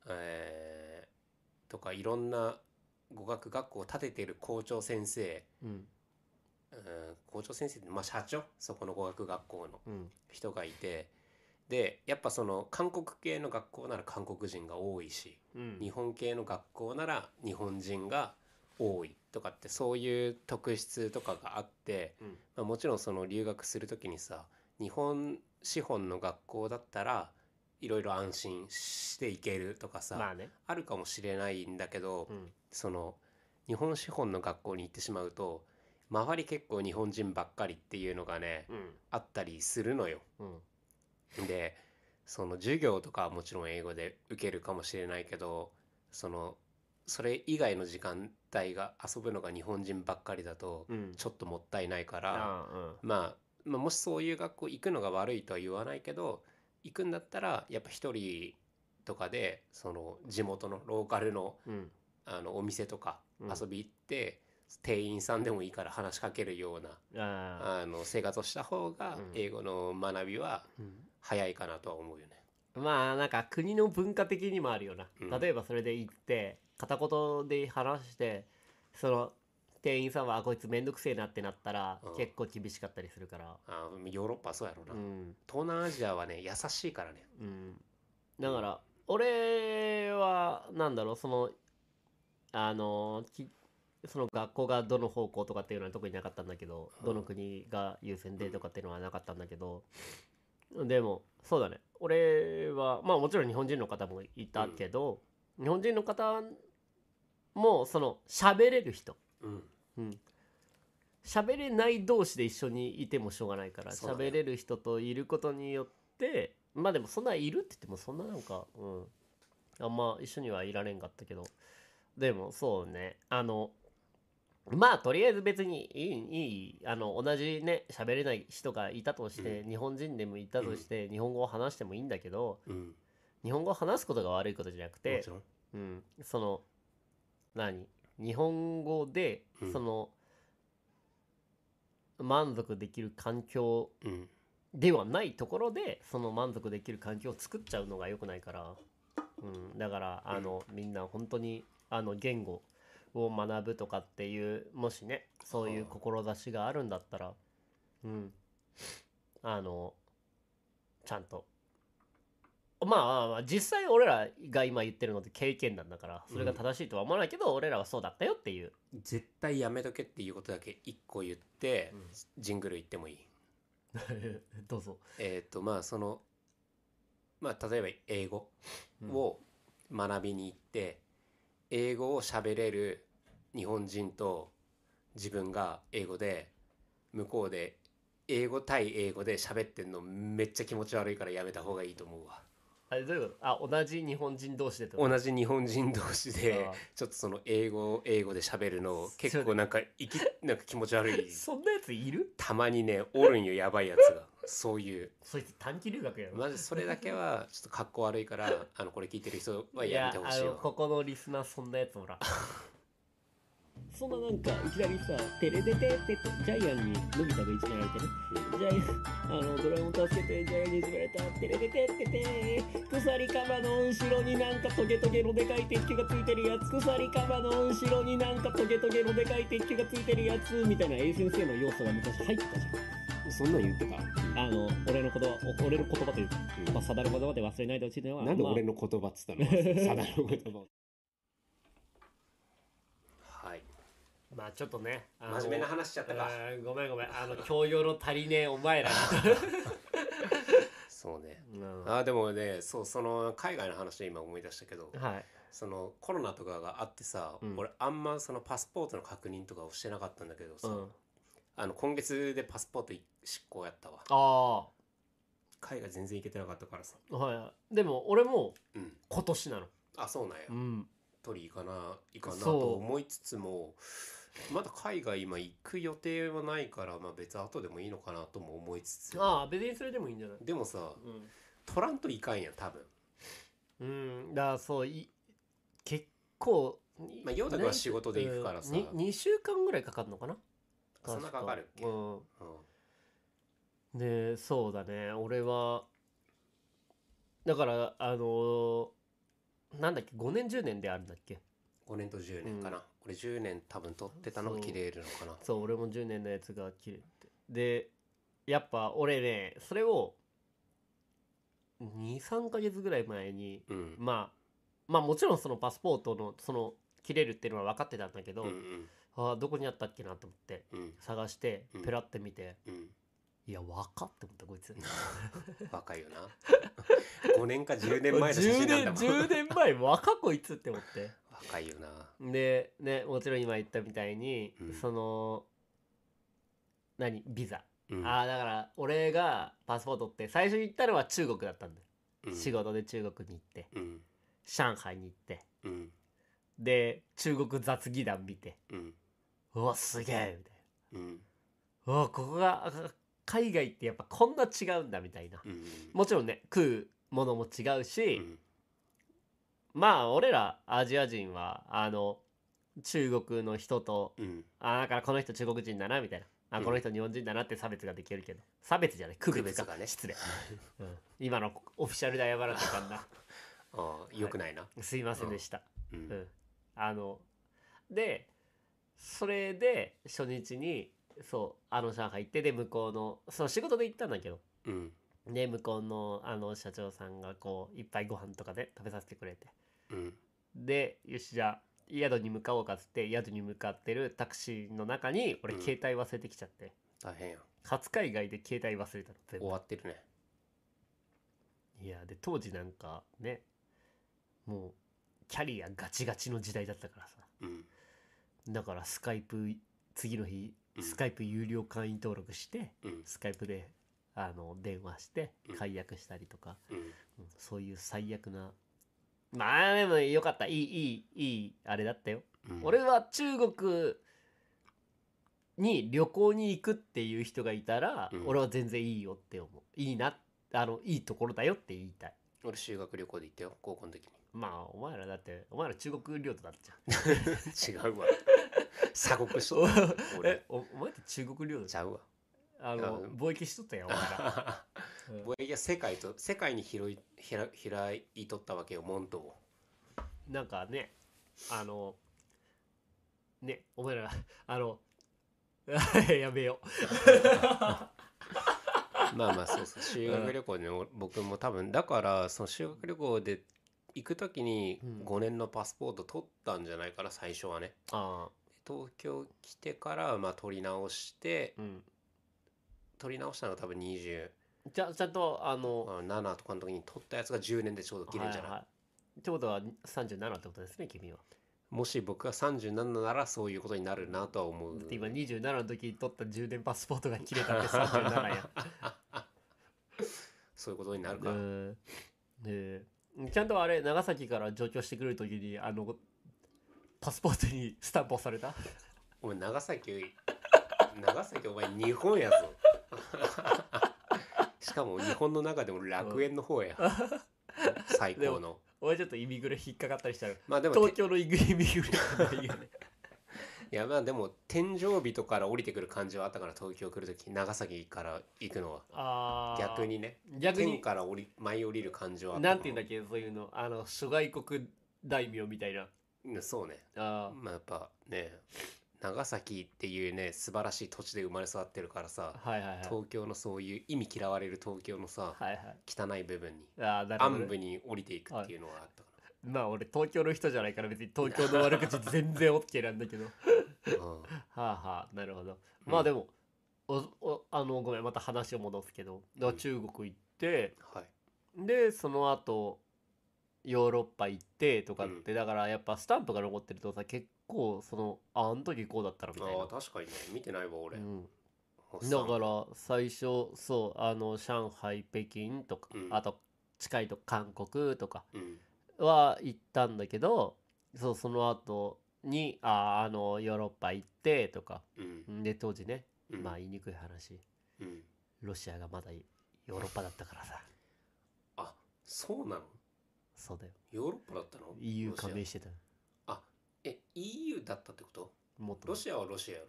Speaker 1: えーとかいろんな語学学校を建ててる校長先生、
Speaker 2: うん
Speaker 1: うん校長先生って、まあ、社長そこの語学学校の。
Speaker 2: うん
Speaker 1: 人がいてでやっぱその韓国系の学校なら韓国人が多いし
Speaker 2: うん
Speaker 1: 日本系の学校なら日本人が多いとかってそういう特質とかがあって、
Speaker 2: うん
Speaker 1: まあ、もちろんその留学する時にさ日本資本の学校だったらいろいろ安心していけるとかさ、
Speaker 2: まあね
Speaker 1: あるかもしれないんだけど、
Speaker 2: うん
Speaker 1: その日本資本の学校に行ってしまうと周り結構日本人ばっかりっていうのがね、
Speaker 2: うん
Speaker 1: あったりするのよ。
Speaker 2: うん
Speaker 1: でその授業とかはもちろん英語で受けるかもしれないけどそのそれ以外の時間帯が遊ぶのが日本人ばっかりだと
Speaker 2: うん
Speaker 1: ちょっともったいないから、
Speaker 2: ああうん
Speaker 1: まあ、まあもしそういう学校行くのが悪いとは言わないけど行くんだったらやっぱ一人とかでその地元のローカルの
Speaker 2: うん
Speaker 1: あのお店とか
Speaker 2: うん
Speaker 1: 遊び行って、店員さんでもいいから話しかけるような
Speaker 2: ああ
Speaker 1: あの生活をした方が
Speaker 2: うん
Speaker 1: 英語の学びは早いかなとは思うよね。
Speaker 2: まあなんか国の文化的にもあるよな、
Speaker 1: うん
Speaker 2: 例えばそれで行って片言で話してその店員さんはあこいつめんどくせえなってなったら、
Speaker 1: うん
Speaker 2: 結構厳しかったりするから
Speaker 1: あーヨーロッパはそうやろうな、
Speaker 2: うん
Speaker 1: 東南アジアはね優しいからね
Speaker 2: うんだから俺はなんだろうそのあのきその学校がどの方向とかっていうのは特になかったんだけど、
Speaker 1: うん
Speaker 2: どの国が優先でとかっていうのはなかったんだけど、でもそうだね俺はまあもちろん日本人の方もいたけど、日本人の方もその喋れる人
Speaker 1: うん
Speaker 2: うん喋れない同士で一緒にいてもしょうがないから
Speaker 1: そうだね
Speaker 2: 喋、れる人といることによってまあでもそんないるって言ってもそんななんかうんあんま一緒にはいられんかったけどでもそうねあのまあとりあえず別にいいいいあの同じね喋れない人がいたとして、日本人でもいたとして、日本語を話してもいいんだけど
Speaker 1: うん
Speaker 2: 日本語を話すことが悪いことじゃなくて
Speaker 1: もちろん
Speaker 2: うん、その何日本語で、
Speaker 1: うん
Speaker 2: その満足できる環境
Speaker 1: うん
Speaker 2: ではないところでその満足できる環境を作っちゃうのが良くないから、うん、だからあの、みんな本当にあの言語を学ぶとかっていうもしねそういう
Speaker 1: はあ
Speaker 2: 志があるんだったら、うん、あのちゃんとまあまあまあ実際俺らが今言ってるのって経験談だからそれが正しいとは思わないけど、俺らはそうだったよっていう
Speaker 1: 絶対やめとけっていうことだけ一個言って、ジングル言ってもいい
Speaker 2: (laughs) どうぞ。
Speaker 1: えっ、とまあそのまあ例えば英語を学びに行って、英語を喋れる日本人と自分が英語で向こうで英語対英語で喋ってんのめっちゃ気持ち悪いからやめた方がいいと思うわ。
Speaker 2: あれどういうことあ同じ日本人同士でってこと
Speaker 1: 同じ日本人同士で
Speaker 2: ああ
Speaker 1: ちょっとその英語を英語で喋るの結構なんかい
Speaker 2: (laughs)
Speaker 1: きなんか気持ち悪い
Speaker 2: そんなやついる
Speaker 1: たまにねおるんよやばいやつがそういう
Speaker 2: そいつ短期留学やろ
Speaker 1: まずそれだけはちょっと格好悪いからあのこれ聞いてる人はやめてほしい
Speaker 2: やあのこ
Speaker 1: よ
Speaker 2: このリスナーそんなやつおらんそんななんかいきなりさ「テレテテテ」ジャイアンにのび太がいじめられてねジャイアンあのドラえもん助けてジャイアンにいじめられた「テレテテテテ」鎖カバの後ろになんかトゲトゲのでかい鉄球がついてるやつ鎖カバの後ろになんかトゲトゲのでかい鉄球がついてるやつみたいな A 先生の要素が昔入ってたじゃんそんなん言ってたあの俺の言葉お俺の言葉というか、まあ、定る言葉で忘れないでほしいのはまあ
Speaker 1: の言葉っつったの定の言葉はい
Speaker 2: (laughs) まあちょっとねあの
Speaker 1: 真面目な話しちゃったか
Speaker 2: あーごめんごめんあの教養の足りねえお前ら、
Speaker 1: そうね
Speaker 2: うんは
Speaker 1: あーでもねそうその海外の話で今思い出したけど
Speaker 2: い
Speaker 1: そのコロナとかがあってさ、
Speaker 2: うん
Speaker 1: 俺あんまそのパスポートの確認とかをしてなかったんだけどさ、
Speaker 2: うん
Speaker 1: あの今月でパスポート執行やったわ
Speaker 2: あ
Speaker 1: 海外全然行けてなかったからさ
Speaker 2: あはいでも俺も
Speaker 1: うん
Speaker 2: 今年なの
Speaker 1: あそうなんや、
Speaker 2: うん
Speaker 1: 取り行かな行かな
Speaker 2: そう
Speaker 1: と思いつつもまだ海外今行く予定はないから、まあ、別後でもいいのかなとも思いつつ
Speaker 2: ああ別にそれでもいいんじゃない
Speaker 1: でもさ
Speaker 2: うん
Speaker 1: 取らんといかんやん多分
Speaker 2: うんだからそうい結構
Speaker 1: まあ陽太君は仕事で行くからさ
Speaker 2: 2, 週間ぐらいかかるのかな
Speaker 1: そんなかかるっけ、
Speaker 2: 確
Speaker 1: う
Speaker 2: うん
Speaker 1: ん
Speaker 2: でそうだね俺はだからあのーなんだっけ5年10年であるんだっけ
Speaker 1: 5年と10年かな、
Speaker 2: う
Speaker 1: 俺10年多分取ってたの
Speaker 2: そう
Speaker 1: 切れるのかな
Speaker 2: そう俺も10年のやつが切れてでやっぱ俺ねそれを23ヶ月ぐらい前に
Speaker 1: うん
Speaker 2: まあまあもちろんそのパスポートのその切れるっていうのは分かってたんだけ
Speaker 1: う
Speaker 2: ど、
Speaker 1: んうん
Speaker 2: あーどこにあったっけなと思って
Speaker 1: うん
Speaker 2: 探して
Speaker 1: うん
Speaker 2: ペラって見て、
Speaker 1: うん
Speaker 2: いや分かって思ったこいつ
Speaker 1: 若いよな
Speaker 2: (laughs)
Speaker 1: 5年か10年前の写
Speaker 2: 10
Speaker 1: 真なんだ
Speaker 2: 年
Speaker 1: もん
Speaker 2: 10年前若こいつって思って
Speaker 1: 若いよな
Speaker 2: でねもちろん今言ったみたいに、
Speaker 1: うん
Speaker 2: その何ビザ、
Speaker 1: うん
Speaker 2: ああだから俺がパスポートって最初に行ったのは中国だったんだよ、
Speaker 1: うん
Speaker 2: 仕事で中国に行って
Speaker 1: うん
Speaker 2: 上海に行って
Speaker 1: うん
Speaker 2: で中国雑技団見て
Speaker 1: うん
Speaker 2: うわすげえみたい
Speaker 1: うん
Speaker 2: なうわここがあ海外ってやっぱこんな違うんだみたいな
Speaker 1: うんうん
Speaker 2: もちろんね食うものも違う
Speaker 1: う
Speaker 2: し、
Speaker 1: ん
Speaker 2: まあ俺らアジア人はあの中国の人と
Speaker 1: うん
Speaker 2: あだからこの人中国人だなみたいなあ
Speaker 1: うん
Speaker 2: この人日本人だなって差別ができるけど、差別じゃない区別か
Speaker 1: 区別がね
Speaker 2: 失礼、うん今のオフィシャルで謝らなきゃいかんな
Speaker 1: ああよくないな、
Speaker 2: すいませんでした、
Speaker 1: う
Speaker 2: うんんあのでそれで初日にそうあの上海行ってで向こうのその仕事で行ったんだけど
Speaker 1: うん
Speaker 2: で向こうのあの社長さんがこういっぱいご飯とかで食べさせてくれて
Speaker 1: うん
Speaker 2: でよしじゃあ宿に向かおうかっつって宿に向かってるタクシーの中に俺
Speaker 1: うん
Speaker 2: 携帯忘れてきちゃって、
Speaker 1: 大変やん
Speaker 2: 初海外で携帯忘れたの
Speaker 1: 終
Speaker 2: 全部
Speaker 1: わってるね
Speaker 2: いやで当時なんかねもうキャリアガチガチの時代だったからさ
Speaker 1: うん
Speaker 2: だからスカイプ次の日
Speaker 1: うん
Speaker 2: スカイプ有料会員登録して、
Speaker 1: うん
Speaker 2: スカイプであの電話して
Speaker 1: うん
Speaker 2: 解約したりとか、
Speaker 1: うん
Speaker 2: うんそういう最悪なまあでもよかったいいいいいいあれだったよ
Speaker 1: うん
Speaker 2: 俺は中国に旅行に行くっていう人がいたら、
Speaker 1: うん
Speaker 2: 俺は全然いいよって思ういいなあのいいところだよって言いたい
Speaker 1: 俺修学旅行で行ったよ高校の時
Speaker 2: まあお前らだってお前ら中国領土だったじゃん
Speaker 1: に
Speaker 2: (laughs)
Speaker 1: 違うわ鎖国しとった
Speaker 2: おえ
Speaker 1: 俺
Speaker 2: おお前って中国領土じ
Speaker 1: ちゃうわ
Speaker 2: ゃんあの
Speaker 1: あ
Speaker 2: 貿易しとったよお
Speaker 1: (laughs)
Speaker 2: 前らうん
Speaker 1: 貿易は世界と世界に広いひら開いとったわけよ門徒
Speaker 2: (laughs)
Speaker 1: を
Speaker 2: なんかねあのねお前らあの (laughs) やめよ
Speaker 1: (laughs)
Speaker 2: う
Speaker 1: まあまあそうそう修学旅行でお僕も多分だからその修学旅行で行く時に
Speaker 2: うん
Speaker 1: 5年のパスポート取ったんじゃないかな最初はね
Speaker 2: あ
Speaker 1: 東京来てからまあ取り直して
Speaker 2: あうん
Speaker 1: 取り直したのが多分20
Speaker 2: じゃちゃんとあの、
Speaker 1: まあ7とかの時に取ったやつが10年でちょうど切れるんじゃない、
Speaker 2: はいはいってことは37ってことですね君は。
Speaker 1: もし僕が37ならそういうことになるなとは思う
Speaker 2: だって今27の時に取った10年パスポートが切れたって37や。
Speaker 1: (laughs) そういうことになる
Speaker 2: う
Speaker 1: か、
Speaker 2: んねえちゃんとあれ長崎から上京してくる時にあのパスポートにスタンプ押された (laughs)
Speaker 1: お前長崎 (laughs) 長崎お前日本やぞ (laughs) しかも日本の中でも楽園の方や、最高の
Speaker 2: 俺ちょっとイミグレ引っかかったりしたら
Speaker 1: まあでも
Speaker 2: 東
Speaker 1: て
Speaker 2: 京のイミグレがないよ
Speaker 1: (laughs)
Speaker 2: ね。
Speaker 1: いやまあでも天井人から降りてくる感じはあったから東京来る時長崎から行くのは
Speaker 2: あー
Speaker 1: 逆にね
Speaker 2: 逆
Speaker 1: 天
Speaker 2: に
Speaker 1: から降り舞い降りる感じはあった
Speaker 2: なんて言うんだ
Speaker 1: っ
Speaker 2: っけそういうのあの諸外国大名みたいな。
Speaker 1: けそうね
Speaker 2: あ
Speaker 1: まあやっぱね長崎っていうね素晴らしい土地で生まれ育ってるからさ
Speaker 2: ーはいはいはい。
Speaker 1: 東京のそういう意味嫌われる東京のさ
Speaker 2: はいはい、
Speaker 1: 汚い部分に
Speaker 2: あーなるほどね
Speaker 1: 暗部に降りていくっていうのはあったか
Speaker 2: まあ俺東京の人じゃないから別に東京の悪口全然 OK なんだけどは
Speaker 1: な、う
Speaker 2: (laughs)
Speaker 1: ん
Speaker 2: あはあなるほどまあでも、おおあのごめんまた話を戻すけど、だから中国行って
Speaker 1: はい
Speaker 2: でその後ヨーロッパ行ってとかって、だからやっぱスタンプが残ってるとさ結構そのああの時こうだったらみ
Speaker 1: あ
Speaker 2: たいな
Speaker 1: あ、確かにね見てないわ俺、
Speaker 2: うん、
Speaker 1: おっさん
Speaker 2: だから最初そうあの上海北京とか、
Speaker 1: うん
Speaker 2: あと近いと韓国とか
Speaker 1: うん
Speaker 2: は行ったんだけどそうその後にああのヨーロッパ行ってとか
Speaker 1: うん
Speaker 2: で当時ね、
Speaker 1: うん
Speaker 2: まあ言いにくい話
Speaker 1: うん
Speaker 2: ロシアがまだヨーロッパだったからさ
Speaker 1: あそうなの
Speaker 2: そうだよ
Speaker 1: ヨーロッパだったの
Speaker 2: EU
Speaker 1: ロシア
Speaker 2: 加盟してたの
Speaker 1: あえ EU だったってこと
Speaker 2: もっと
Speaker 1: ロシアはロシアや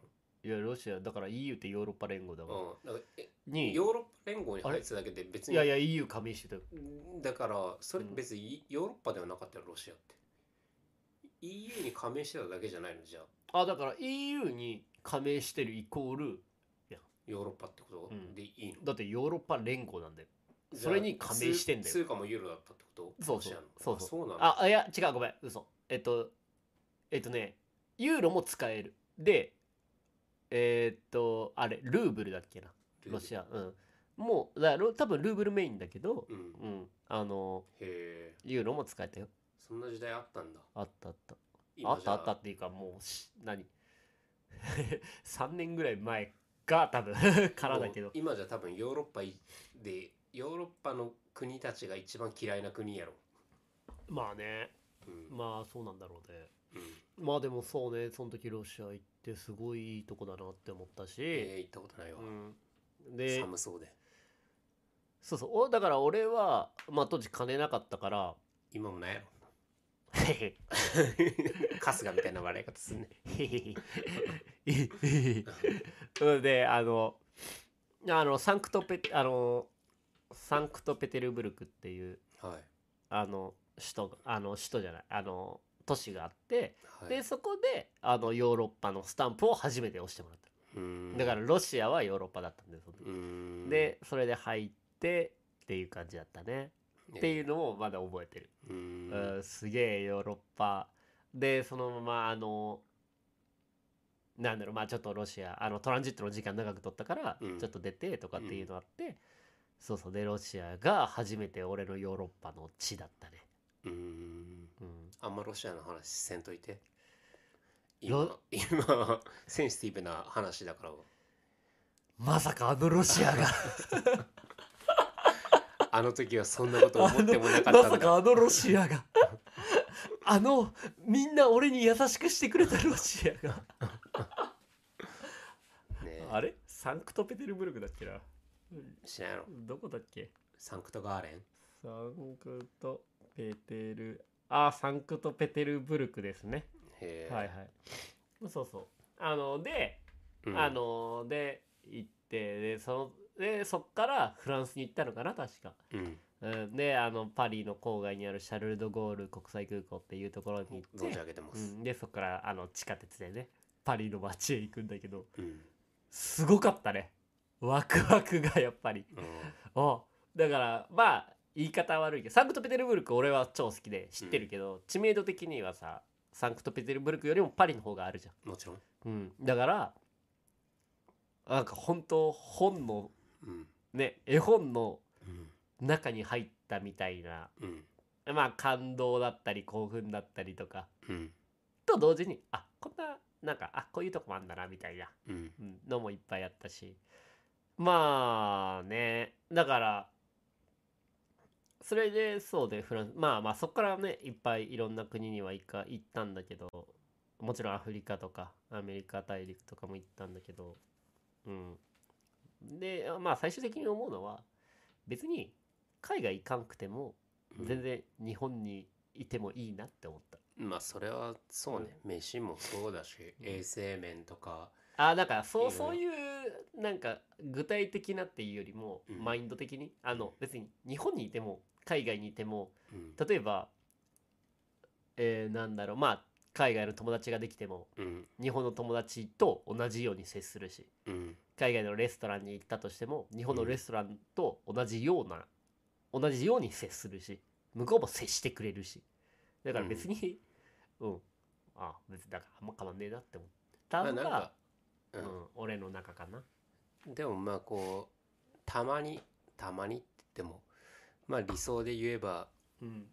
Speaker 2: いやロシアだから EU ってヨーロッパ連合だから
Speaker 1: ろ、うん、だからえ
Speaker 2: に
Speaker 1: ヨーロッパ連合に入ってただけで別
Speaker 2: い
Speaker 1: に
Speaker 2: やいや EU 加盟してたよ
Speaker 1: だからそれ
Speaker 2: うん
Speaker 1: 別にヨーロッパではなかったよロシアって EU に加盟してただけじゃないのじゃあ
Speaker 2: あだから EU に加盟してるイコール
Speaker 1: ヨーロッパってこと
Speaker 2: うん
Speaker 1: でいいの、
Speaker 2: だってヨーロッパ連合なんだよそれに加盟してんだよ
Speaker 1: じゃあ通通貨もユーロだったってこと
Speaker 2: そうそう
Speaker 1: ロシアの
Speaker 2: そう
Speaker 1: あそうなんだ
Speaker 2: ああいや違うごめん嘘えっとえっとねユーロも使えるでえーっとあれルーブルだっけなロシ
Speaker 1: ア
Speaker 2: アうんもうだからロ多分ルーブルメインだけど
Speaker 1: うんへ
Speaker 2: うんあの
Speaker 1: え
Speaker 2: ユーロも使えたよ
Speaker 1: そんな時代あったんだ
Speaker 2: あったあったあ
Speaker 1: 今
Speaker 2: ったあった
Speaker 1: じゃ
Speaker 2: っていうかもうし何 (laughs) 3年ぐらい前が多 (laughs) 分からだけ
Speaker 1: も
Speaker 2: ど
Speaker 1: う今じゃ多分ヨーロッパいでヨーロッパの国たちが一番嫌いな国やろ
Speaker 2: まあね
Speaker 1: うん、
Speaker 2: まあそうなんだろうね
Speaker 1: うん
Speaker 2: まあでもそうねその時ロシア行ってすごいいいとこだなって思ったし、
Speaker 1: えー、行ったことないわ、
Speaker 2: うん、で
Speaker 1: 寒そうで
Speaker 2: そうそうおだから俺はまあ当時金なかったから (laughs)
Speaker 1: 今もないやろ
Speaker 2: へへ
Speaker 1: 春日みたいな笑い方すんね
Speaker 2: へへへうんであのあのサンクトペあのサンクトペテルブルクっていう (laughs)
Speaker 1: は
Speaker 2: あの首都があの首都じゃないあの都市があって、
Speaker 1: い、はい、
Speaker 2: でそこであのヨーロッパのスタンプを初めて押してもらっ
Speaker 1: うー
Speaker 2: た
Speaker 1: ん
Speaker 2: だからロシアはヨーロッパだったんでその
Speaker 1: うー
Speaker 2: 時、
Speaker 1: ん
Speaker 2: でそれで入ってっていう感じだったねっていうのをまだ覚えてる
Speaker 1: うーん
Speaker 2: うんすげえヨーロッパでそのままあのなんだろうまあちょっとロシアあのトランジットの時間長く取ったから、
Speaker 1: うん
Speaker 2: ちょっと出てとかっていうのあって、そうそうでロシアが初めて俺のヨーロッパの地だったね、
Speaker 1: うーん
Speaker 2: うん、
Speaker 1: あんまロシアの話せんといて今
Speaker 2: よ
Speaker 1: 今センシティブな話だから
Speaker 2: まさかあのロシアが
Speaker 1: あの時はそんな (laughs) こと思ってもなか
Speaker 2: ま
Speaker 1: った
Speaker 2: さ
Speaker 1: んだ
Speaker 2: かあのロシアがあのみんな俺に優しくしてくれたロシアが
Speaker 1: ね
Speaker 2: あれサンクトペテルブルクだっけな
Speaker 1: 知らんやろ
Speaker 2: どこだっけ
Speaker 1: サンクトガーレン
Speaker 2: サンクトペテルあサンクトペテルブルクですね、
Speaker 1: へえ
Speaker 2: はいはいそうそうあので、
Speaker 1: うん
Speaker 2: あので行ってでそのでそっからフランスに行ったのかな確か、
Speaker 1: うん
Speaker 2: うん、であのパリの郊外にあるシャルル・ド・ゴール国際空港っていうところに行
Speaker 1: 存
Speaker 2: っ
Speaker 1: じ
Speaker 2: て
Speaker 1: 上、げてま
Speaker 2: う
Speaker 1: す
Speaker 2: ん、でそっからあの地下鉄でねパリの街へ行くんだけど
Speaker 1: うん
Speaker 2: すごかったねワクワクがやっぱり
Speaker 1: うん
Speaker 2: あだからまあ言い方悪いけどサンクトペテルブルク俺は超好きで知ってるけど、知名度的にはさサンクトペテルブルクよりもパリの方があるじ
Speaker 1: もちろん
Speaker 2: ゃん、うん、だからなんか本当本の
Speaker 1: うん
Speaker 2: ね絵本の
Speaker 1: うん
Speaker 2: 中に入ったみたいな
Speaker 1: うん
Speaker 2: まあ感動だったり興奮だったりとか
Speaker 1: うん
Speaker 2: と同時にあこんななんかあこういうとこもあんだなみたいな
Speaker 1: うん
Speaker 2: うんのもいっぱいあったしまあねだからそれでそうでフランスまあまあそこからねいっぱいいろんな国には行か行ったんだけどもちろんアフリカとかアメリカ大陸とかも行ったんだけどうんでまあ最終的に思うのは別に海外行かんくても
Speaker 1: うん
Speaker 2: 全然日本にいてもいいなって思った、
Speaker 1: まあそれはそうね、飯もそうだし、衛生面とか、
Speaker 2: あだからそう
Speaker 1: いろ
Speaker 2: そう
Speaker 1: い
Speaker 2: いうなんか具体的なっていうよりも、
Speaker 1: うん
Speaker 2: マインド的にあの別に日本にいても海外にいても
Speaker 1: うん
Speaker 2: 例えば、えーなんだろうまあ海外の友達ができても
Speaker 1: うん
Speaker 2: 日本の友達と同じように接するし
Speaker 1: うん
Speaker 2: 海外のレストランに行ったとしても日本のレストランと同じような、同じように接するし向こうも接してくれるしだから別に (laughs) うん、あ別にだからあんま変わんねえなって思った
Speaker 1: まあ
Speaker 2: の
Speaker 1: なん
Speaker 2: が
Speaker 1: か、
Speaker 2: う
Speaker 1: うんん、
Speaker 2: 俺の中かな。
Speaker 1: でもまあこうたまにたまにって言ってもまあ理想で言えば
Speaker 2: うん、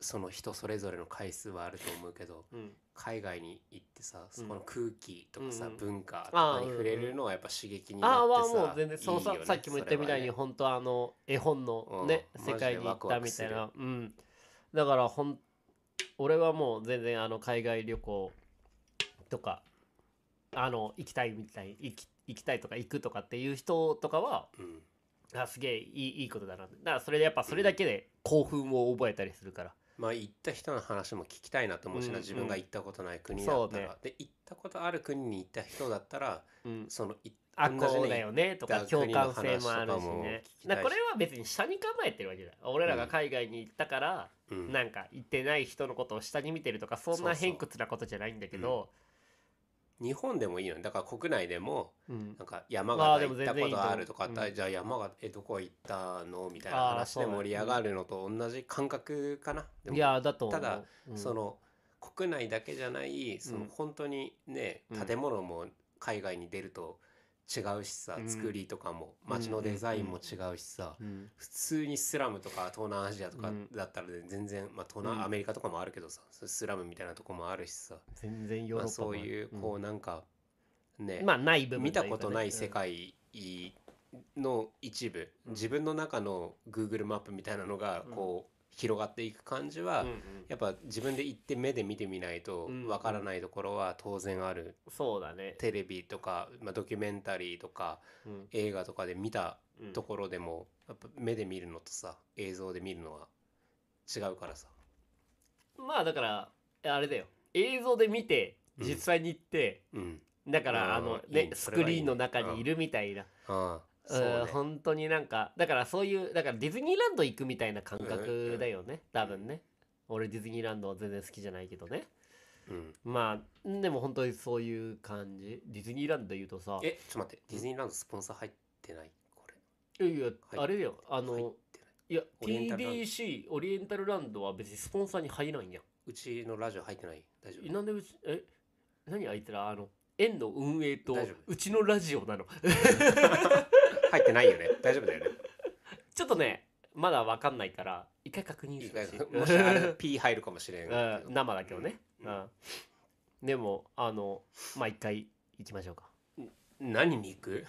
Speaker 1: その人それぞれの回数はあると思うけど
Speaker 2: うん
Speaker 1: 海外に行ってさそこの空気とかさ、
Speaker 2: うんうん
Speaker 1: 文化と
Speaker 2: あ
Speaker 1: か
Speaker 2: ー
Speaker 1: に触れるのはやっぱ刺激になってさ
Speaker 2: ああはもう全然そうさ
Speaker 1: いいよね
Speaker 2: さっきも言ったみたい
Speaker 1: それは
Speaker 2: に、
Speaker 1: ね
Speaker 2: 本当あの絵本のね、
Speaker 1: うん
Speaker 2: 世界に行ったみたいな
Speaker 1: マ
Speaker 2: うんだからほん俺はもう全然あの海外旅行とかあの行きたいみたい行き行きたいとか行くとかっていう人とかは
Speaker 1: うん、
Speaker 2: あすげえいいいいことだなってだからそれでやっぱそれだけで興奮を覚えたりするから
Speaker 1: まあ行った人の話も聞きたいなと思うしな、
Speaker 2: うんうん
Speaker 1: 自分が行ったことない国だったら、
Speaker 2: そ
Speaker 1: で行ったことある国に行った人だったら
Speaker 2: うん
Speaker 1: そのい
Speaker 2: あ
Speaker 1: 同
Speaker 2: こ
Speaker 1: じね
Speaker 2: うだよねとか
Speaker 1: 行った
Speaker 2: 共
Speaker 1: 国の
Speaker 2: 感
Speaker 1: 話
Speaker 2: 性もあるし
Speaker 1: とかも聞
Speaker 2: ね
Speaker 1: きたい
Speaker 2: だ
Speaker 1: し
Speaker 2: からこれは別に下に構えてるわけじゃない俺らが海外に行ったか
Speaker 1: う
Speaker 2: ら、
Speaker 1: ん
Speaker 2: なんか言ってない人のことを下に見てるとかそ
Speaker 1: そ
Speaker 2: ん
Speaker 1: うそう
Speaker 2: な偏屈なことじゃないんだけど
Speaker 1: 日本でもいいよねだから国内でも
Speaker 2: うん
Speaker 1: なんか山
Speaker 2: まあ
Speaker 1: 形
Speaker 2: で
Speaker 1: 行
Speaker 2: も
Speaker 1: った
Speaker 2: 全
Speaker 1: こ
Speaker 2: 然いいと思う
Speaker 1: とあるとかあったら
Speaker 2: うん
Speaker 1: じゃあ山形えどこ行ったのみたいな
Speaker 2: あー
Speaker 1: 話
Speaker 2: そう
Speaker 1: で
Speaker 2: だね
Speaker 1: 盛り上がるのと同じ感覚かな。でも
Speaker 2: いやだと思う
Speaker 1: ただ
Speaker 2: うん
Speaker 1: その国内だけじゃないそうの
Speaker 2: ん
Speaker 1: 本当にね
Speaker 2: うん
Speaker 1: 建物も海外に出ると違うしさ
Speaker 2: うん
Speaker 1: 作りとかも
Speaker 2: うん
Speaker 1: 街のデザインも違うしさ
Speaker 2: うん
Speaker 1: 普通にスラムとか東南アジアとか
Speaker 2: うん
Speaker 1: だったら全然まあ東南
Speaker 2: うん
Speaker 1: アメリカとかもあるけどさスラムみたいなとこもあるしさ
Speaker 2: 全然ヨー
Speaker 1: ま
Speaker 2: ロ
Speaker 1: あ
Speaker 2: ッパも
Speaker 1: そ
Speaker 2: あ
Speaker 1: う
Speaker 2: る
Speaker 1: いうこうなんかね
Speaker 2: んまあない部分
Speaker 1: 見た
Speaker 2: とうかね
Speaker 1: ことない世界の一部
Speaker 2: うん
Speaker 1: 自分の中の Google マップみたいなのがこう広がっていく感じ
Speaker 2: うん
Speaker 1: は
Speaker 2: うんうん
Speaker 1: やっぱ自分で行って目で見てみないと
Speaker 2: うん
Speaker 1: わからないところは当然ある
Speaker 2: そうだね
Speaker 1: テレビとか、まあ、ドキュメンタリーとか
Speaker 2: うん
Speaker 1: 映画とかで見た
Speaker 2: うん
Speaker 1: ところでもやっぱ目で見るのとさ映像で見るのは違うからさ
Speaker 2: まあだからあれだよ映像で見て
Speaker 1: うん
Speaker 2: 実際に行って
Speaker 1: うん
Speaker 2: だからあ
Speaker 1: うん
Speaker 2: の
Speaker 1: いい
Speaker 2: ね
Speaker 1: ね
Speaker 2: ス
Speaker 1: それ
Speaker 2: ク
Speaker 1: はいいね
Speaker 2: リーンの中にいるみたいな
Speaker 1: ああ
Speaker 2: う
Speaker 1: そ
Speaker 2: ん
Speaker 1: うね
Speaker 2: 本当になんかだからそういうだからディズニーランド行くみたいな感覚だよね多分ね俺ディズニーランドは全然好きじゃないけどね
Speaker 1: うん
Speaker 2: まあでも本当にそういう感じディズニーランドで言うとさ
Speaker 1: えちょっと待ってディズニーランドスポンサー入ってないこれ
Speaker 2: いやいや
Speaker 1: い
Speaker 2: あれだよあの、
Speaker 1: 入
Speaker 2: い
Speaker 1: っ、てない
Speaker 2: や
Speaker 1: オリエンタルランド
Speaker 2: TDC オリエンタルランドは別にスポンサーに入らんや
Speaker 1: うちのラジオ入ってない大丈
Speaker 2: ん
Speaker 1: 夫
Speaker 2: なんでうちえ何あいつらあの園の運営と
Speaker 1: 大丈夫
Speaker 2: うちのラジオなの
Speaker 1: 入ってないよね大丈夫だよね
Speaker 2: ちょっとねまだわかんないから一回確認
Speaker 1: いい
Speaker 2: し
Speaker 1: かい
Speaker 2: てほしい
Speaker 1: もしあれ P 入るかもしれんけ
Speaker 2: (laughs) う
Speaker 1: ど
Speaker 2: ん生だけどね、
Speaker 1: うん
Speaker 2: うんでもあのまあ一回行きましょうか
Speaker 1: 何に行く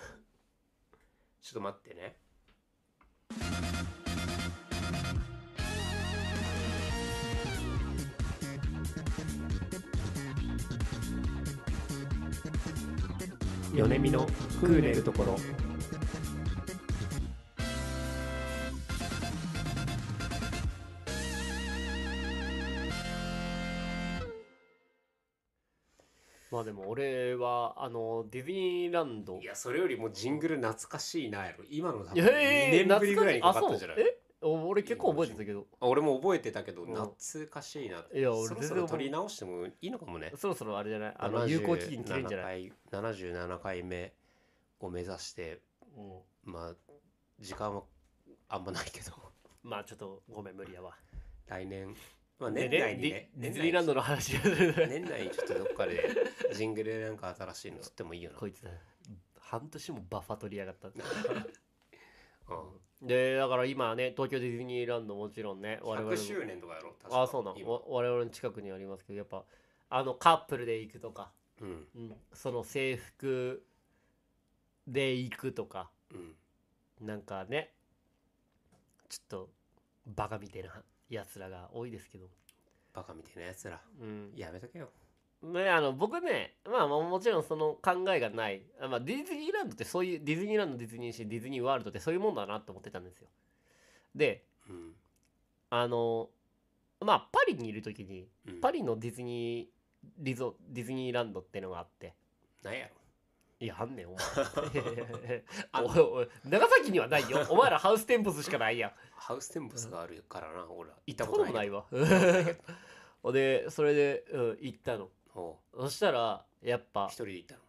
Speaker 1: ちょっと待ってね米見のクーネるところ
Speaker 2: まあでも俺はあのディズニーランド
Speaker 1: いやそれよりもジングル懐かしいなやろ今の多
Speaker 2: い
Speaker 1: 分
Speaker 2: や
Speaker 1: 2年ぶりぐらいにかかったんじゃない、
Speaker 2: 懐かしいあそうえお俺結構覚えてたけど
Speaker 1: あ俺も覚えてたけど
Speaker 2: うん
Speaker 1: 懐かしいなって
Speaker 2: いや俺
Speaker 1: そろ
Speaker 2: 全
Speaker 1: そ
Speaker 2: 然
Speaker 1: ろ取り直してもいいのかもね
Speaker 2: そろそろあれじゃないあの有効期限切れんじゃない、
Speaker 1: 77回77回目を目指して
Speaker 2: うん
Speaker 1: まあ時間はあんまないけど (laughs)
Speaker 2: まあちょっとごめん無理やわ
Speaker 1: 来年、まあ、
Speaker 2: で
Speaker 1: 年内にね
Speaker 2: ディディズニーランドの話こ
Speaker 1: 年内にちょっとどっかでジングルなんか新しいの撮ってもいいよな、
Speaker 2: いつ半年もバッファ取りやがっ
Speaker 1: (laughs)
Speaker 2: た
Speaker 1: う
Speaker 2: でだから今ね東京ディズニーランドもちろんね (laughs) 我
Speaker 1: ん、
Speaker 2: 々も
Speaker 1: 100周年とかやろ確か
Speaker 2: あそうなの
Speaker 1: 今
Speaker 2: わ我々の近くにありますけどやっぱあのカップルで行くとか、
Speaker 1: うん
Speaker 2: うん、その制服で行くとか
Speaker 1: うん
Speaker 2: なんかねちょっとバカみたいなやつらが多いですけど、
Speaker 1: バカみたいなやつら
Speaker 2: うん
Speaker 1: やめとけよ
Speaker 2: ね、あの僕ね、まあ、まあもちろんその考えがない、あまあ、ディズニーランドってそういうディズニーランドディズニーシーディズニーワールドってそういうもんだなと思ってたんですよで
Speaker 1: うん
Speaker 2: あのまあパリにいる時に
Speaker 1: うん
Speaker 2: パリのディズニーリゾディズニーランドってのがあって
Speaker 1: なん
Speaker 2: (laughs)
Speaker 1: やろ
Speaker 2: いやあんねん
Speaker 1: (laughs)
Speaker 2: お前おいおい長崎にはないよお前らハウステンボスしかないやん
Speaker 1: ハウステンボスがあるからな俺は行っ
Speaker 2: 行ったた
Speaker 1: こ
Speaker 2: こと
Speaker 1: な
Speaker 2: と
Speaker 1: い
Speaker 2: もない
Speaker 1: わ
Speaker 2: わ (laughs) でそれで、うん、行ったの
Speaker 1: ほ
Speaker 2: そしたらやっ
Speaker 1: う
Speaker 2: ぱ
Speaker 1: 一人で行ったの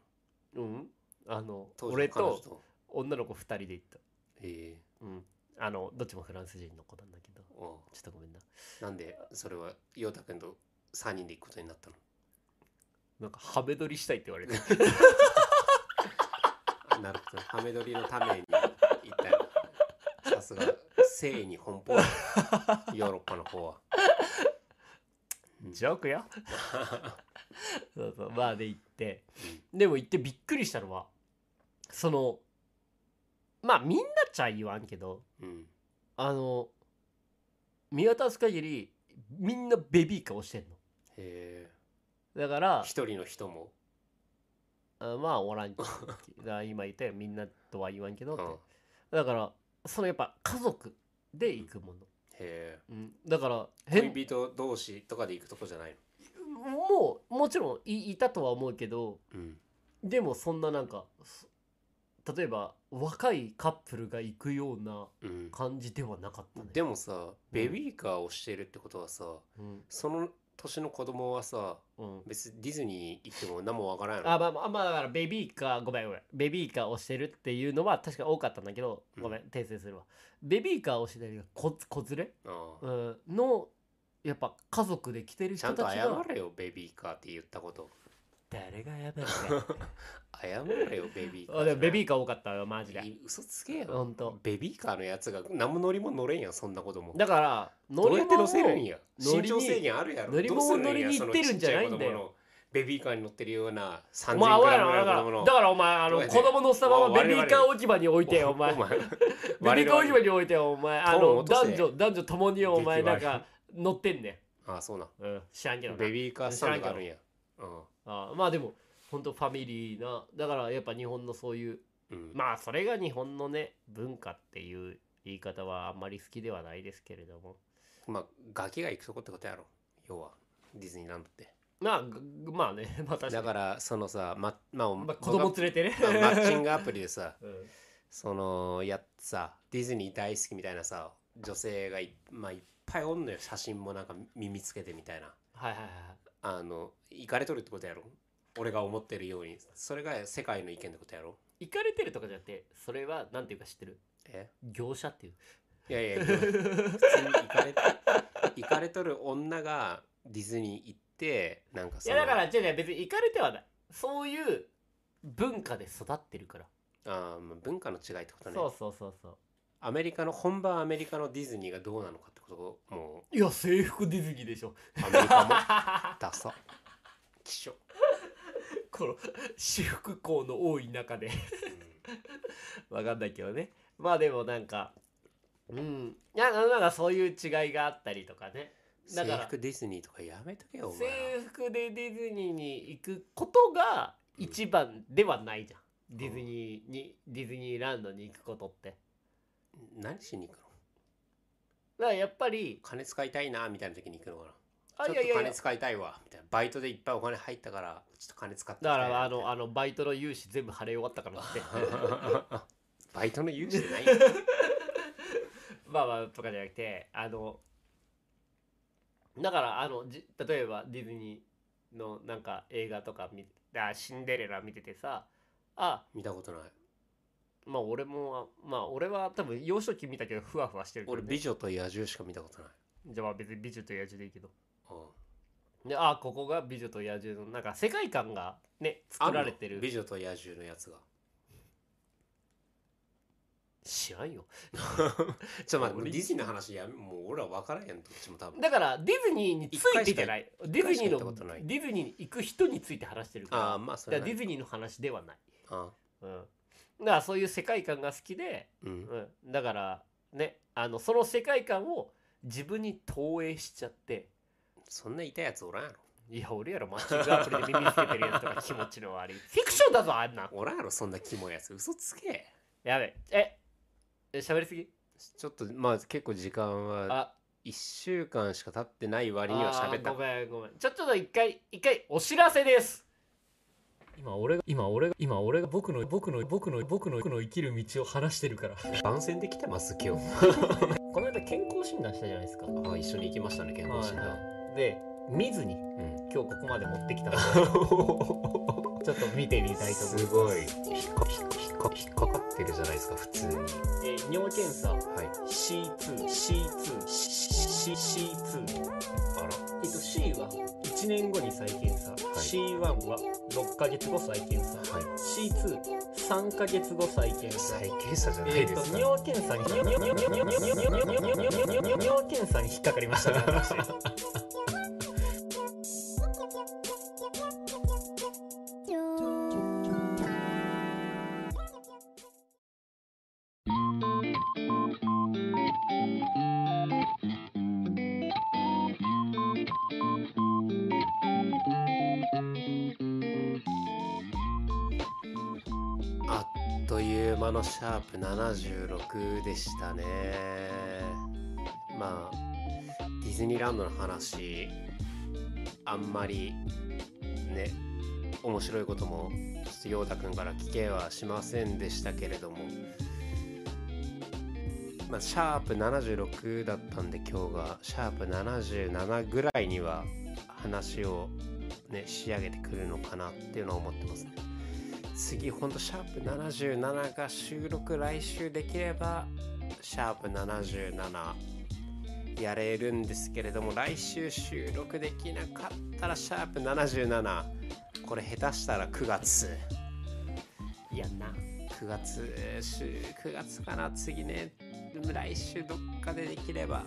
Speaker 2: うんあの
Speaker 1: 当時の
Speaker 2: 俺
Speaker 1: 彼女
Speaker 2: と女の子2人で行った
Speaker 1: え
Speaker 2: うんあのどっちもフランス人の子なんだけどち
Speaker 1: えおう
Speaker 2: ょっとごめんな
Speaker 1: なんでそれは陽太くんと3人で行くことになったの
Speaker 2: なんかハメ撮りしたいって言われ (laughs) て
Speaker 1: あ (laughs) なるほどハメ撮りのために行った (laughs) よ (laughs) さすが誠意に奔放だヨーロッパの方は
Speaker 2: ジョーク (laughs) よそうそうバーで行ってでも行ってびっくりしたのはそのまあみんなちゃ言わんけど
Speaker 1: うん
Speaker 2: あの見渡す限りみんなベビー顔してんの
Speaker 1: へ
Speaker 2: だから
Speaker 1: え一人の人も
Speaker 2: あまあおらんだから今言ったよみんなとは言わんけどって、
Speaker 1: うん
Speaker 2: だからそのやっぱ家族で行くもの、
Speaker 1: へ
Speaker 2: うん、だから
Speaker 1: え
Speaker 2: 変
Speaker 1: 恋人同士とかで行くとこじゃないの
Speaker 2: もうもちろんいいたとは思うけど
Speaker 1: うん
Speaker 2: でもそんななんかそ例えば若いカップルが行くような
Speaker 1: うん
Speaker 2: 感じではなかったね
Speaker 1: でもさベビーカーをしてるってことはさ
Speaker 2: うん
Speaker 1: その年の子供はさ
Speaker 2: うん
Speaker 1: 別にディズニー行っても何もわからんやろ
Speaker 2: あまあまあまあだからベビーカーごめんごめんベビーカーをしてるっていうのは確か多かったんだけど
Speaker 1: うん
Speaker 2: ごめん訂正するわベビーカーをしてる子子連れ、
Speaker 1: ああ
Speaker 2: うん、のやっぱ家族で来てる
Speaker 1: ち
Speaker 2: 人
Speaker 1: ゃんと
Speaker 2: たちが
Speaker 1: 謝れよベビーカーって言ったこと
Speaker 2: 誰がやめるか
Speaker 1: (laughs) 謝れよベビーカー
Speaker 2: あでもベビ
Speaker 1: ー
Speaker 2: ーカー多かったよマジで
Speaker 1: 嘘つけ
Speaker 2: ほ
Speaker 1: よ
Speaker 2: んと
Speaker 1: ベビーカーのやつが何も乗り物乗れんやんそんなことも
Speaker 2: だから乗
Speaker 1: どう
Speaker 2: り
Speaker 1: やって
Speaker 2: 物
Speaker 1: 乗
Speaker 2: を
Speaker 1: せるんや
Speaker 2: 乗
Speaker 1: 身
Speaker 2: りに
Speaker 1: 長制限あるやろ
Speaker 2: 乗り物を乗りに行ってるんじゃない
Speaker 1: ど
Speaker 2: んだよ
Speaker 1: うすんやそのちっちゃ子供のベビーカーに乗ってるような3000
Speaker 2: お
Speaker 1: グ
Speaker 2: 前
Speaker 1: ラム
Speaker 2: お
Speaker 1: ぐ
Speaker 2: い
Speaker 1: らい
Speaker 2: だか
Speaker 1: の子
Speaker 2: ら
Speaker 1: 供の
Speaker 2: だからお前あ
Speaker 1: どう
Speaker 2: の
Speaker 1: やっ
Speaker 2: 子
Speaker 1: て
Speaker 2: 供乗せたままベビーカー
Speaker 1: 我々
Speaker 2: 置き場に置いてよお前 (laughs) ベビーカー置き場に置いてよお前あ
Speaker 1: トーン
Speaker 2: の
Speaker 1: 落とせ
Speaker 2: 男女男女ともによお前
Speaker 1: 激
Speaker 2: な
Speaker 1: 悪
Speaker 2: ん
Speaker 1: い
Speaker 2: か乗ってんね
Speaker 1: ああそうなん
Speaker 2: うん知らんけどな
Speaker 1: ベビーカースタンドがあるんやうん
Speaker 2: あまあでも本当ファミリーなだからやっぱ日本のそういう
Speaker 1: うん
Speaker 2: まあそれが日本のね文化っていう言い方はあんまり好きではないですけれども
Speaker 1: まあガキが行くとこってことやろ要はディズニーランドって
Speaker 2: まあぐまあね (laughs) まあ確か
Speaker 1: だ
Speaker 2: に、
Speaker 1: からそのさままあお
Speaker 2: まあ、子供連れてね
Speaker 1: 僕がマッチングアプリでさ
Speaker 2: (laughs) うん
Speaker 1: そのやっさディズニー大好きみたいなさ女性がい,、まあ、いっぱいおんのよ写真もなんか耳つけてみたいな
Speaker 2: はいはいはい
Speaker 1: あの行かれとるってことやろ俺が思ってるようにそれが世界の意見ってことやろ
Speaker 2: 行かれてるとかじゃなくてそれはなんていうか知ってる
Speaker 1: え
Speaker 2: 業者 (laughs) っていう
Speaker 1: いやいや普通に行かれ (laughs) 行かれとる女がディズニー行ってなんか
Speaker 2: い
Speaker 1: そ
Speaker 2: や
Speaker 1: の
Speaker 2: だからじゃあ別に行かれてはないそういう文化で育ってるから、
Speaker 1: あーまあ文化の違いってことね
Speaker 2: そうそうそうそう
Speaker 1: アメリカの本場アメリカのディズニーがどうなのかってことも
Speaker 2: いや制服ディズニー (laughs) でしょ
Speaker 1: うアメリカもダサ希少、
Speaker 2: この私服校の多い中で
Speaker 1: うん
Speaker 2: わかんないけどねまあでもなんかうんいやなんかそういう違いがあったりとかねだから
Speaker 1: 制服ディズニーとかやめとけよお前
Speaker 2: 制
Speaker 1: ら
Speaker 2: 服でディズニーに行くことが一番ではないじゃん、ディズニーにディズニーランドに行くことって
Speaker 1: 何しに行くの
Speaker 2: だからやっぱり
Speaker 1: 金使いたいなみたいな時に行くのかな
Speaker 2: あ
Speaker 1: ちょ
Speaker 2: い
Speaker 1: っ
Speaker 2: や
Speaker 1: と
Speaker 2: いやい
Speaker 1: 金
Speaker 2: や
Speaker 1: 使いたいわみたいなバイトでいっぱいお金入ったからちょっと金使って
Speaker 2: だか
Speaker 1: みたい
Speaker 2: ら
Speaker 1: な
Speaker 2: あのあのバイトの融資全部払い終わったか
Speaker 1: (laughs)
Speaker 2: らって
Speaker 1: バイトの融資ない
Speaker 2: まあまあとかじゃなくてあのだからあのじ例えばディズニーのなんか映画とか見あシンデレラ見ててさあ
Speaker 1: 見たことない
Speaker 2: まあ俺もまあ俺は多分幼少期見たけどふわふわしてるけど
Speaker 1: 俺
Speaker 2: ね、
Speaker 1: 美女と野獣しか見たことない
Speaker 2: じゃあまあ別に美女と野獣でいいけど
Speaker 1: うん
Speaker 2: でああここが美女と野獣のなんか世界観がね
Speaker 1: あ
Speaker 2: 作
Speaker 1: の
Speaker 2: られてる
Speaker 1: 美女と野獣のやつが (laughs)
Speaker 2: 知らんよ
Speaker 1: ちょっと待って
Speaker 2: 俺
Speaker 1: ディズニーの話やめもう俺ら分からへんやんどっちも多分
Speaker 2: だからディズニーについてじゃないディズニ
Speaker 1: 一回しか
Speaker 2: ー
Speaker 1: 行ったことな
Speaker 2: の
Speaker 1: い
Speaker 2: ディズニーに行く人について話してるから
Speaker 1: ああまあそ
Speaker 2: だ
Speaker 1: れ
Speaker 2: から
Speaker 1: はな
Speaker 2: デ
Speaker 1: い
Speaker 2: ィズニーの話ではない、
Speaker 1: あ
Speaker 2: うん、だからそういう世界観が好きで、
Speaker 1: うん
Speaker 2: うん、だからねあのその世界観を自分に投影しちゃって
Speaker 1: そんな痛いやつおらんやろ
Speaker 2: いや、俺やろ、マッチングアプリで耳つけてるやつとか気持ちの悪い。フィクションだぞ、あんなん。
Speaker 1: おらんやろそんなキモいやつ嘘つけ
Speaker 2: やべ、え、え喋りすぎ
Speaker 1: ちょっとまあ結構時間は
Speaker 2: あ、
Speaker 1: 1週間しか経ってない割には喋った
Speaker 2: あーごめん、ごめん。ちょっと一回、一回、お知らせです。
Speaker 3: 今俺が今俺が今俺が僕の僕の僕の僕の僕の生きる道を話してるから
Speaker 1: 番宣できてます今日
Speaker 2: この間、健康診断したじゃないですか。
Speaker 1: もあ一緒に行きましたね健康診断
Speaker 2: で、見ずに、
Speaker 1: うん
Speaker 2: 今日ここまで持って
Speaker 1: (laughs)
Speaker 2: きたので、ちょっと見てみたいと思います。
Speaker 1: すごい引っか引っか引っか引っかかってるじゃないですか普通には
Speaker 2: えー尿検査、
Speaker 1: い
Speaker 2: C2、C2、C、C2。
Speaker 1: あ
Speaker 2: えっと、C は1年後に再検査、C1 は6ヶ月後再検査、
Speaker 1: らはい
Speaker 2: C23 ヶ月後再検査
Speaker 1: 再検査じゃない
Speaker 2: えっ
Speaker 1: で
Speaker 2: と
Speaker 1: すか、
Speaker 2: 尿検査に尿
Speaker 1: (laughs)
Speaker 2: 検査に引っかかりましたね私
Speaker 1: あっという間のシャープ76でしたねまあディズニーランドの話あんまりね面白いこともちょっと陽太くんから聞けはしませんでしたけれどもまあシャープ76だったんで今日がシャープ77ぐらいには話をね仕上げてくるのかなっていうのは思ってますね次ほんとシャープ77が収録来週できればシャープ77やれるんですけれども来週収録できなかったらシャープ77これ下手したら9月
Speaker 2: いやんな
Speaker 1: 9月週9月かな次ね来週どっかでできれば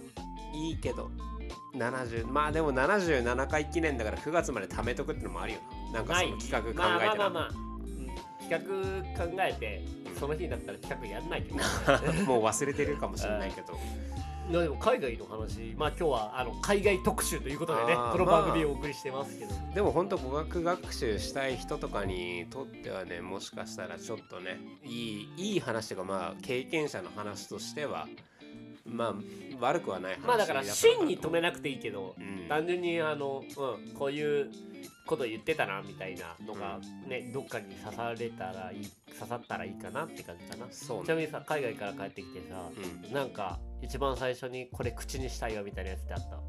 Speaker 1: いいけど70まあでも77回記念だから9月まで貯めとくってのもあるよななんかその企画考えてな、
Speaker 2: まあまあまあまあ、うん企画考えてその日になったら企画やんないけど
Speaker 1: (laughs) もう忘れてるかもしれないけど、
Speaker 2: いやでも海外の話まあ今日はあの海外特集ということでね
Speaker 1: あー
Speaker 2: この番組をお送りしてますけど、
Speaker 1: でも本当語学学習したい人とかにとってはねもしかしたらちょっとねいいいい話というかまあ経験者の話としてはまあ悪くはない話
Speaker 2: まあだから真に止めなくていいけど、
Speaker 1: うん
Speaker 2: 単純にあの、うん、こういうこと言ってたなみたいなのが、ねどっかに刺されたらいい刺さったらいいかなって感じかな
Speaker 1: そう
Speaker 2: ちな
Speaker 1: ね、
Speaker 2: みにさ海外から帰ってきてさ
Speaker 1: うん、
Speaker 2: なんか一番最初にこれ口にしたいよみたいなやつってあった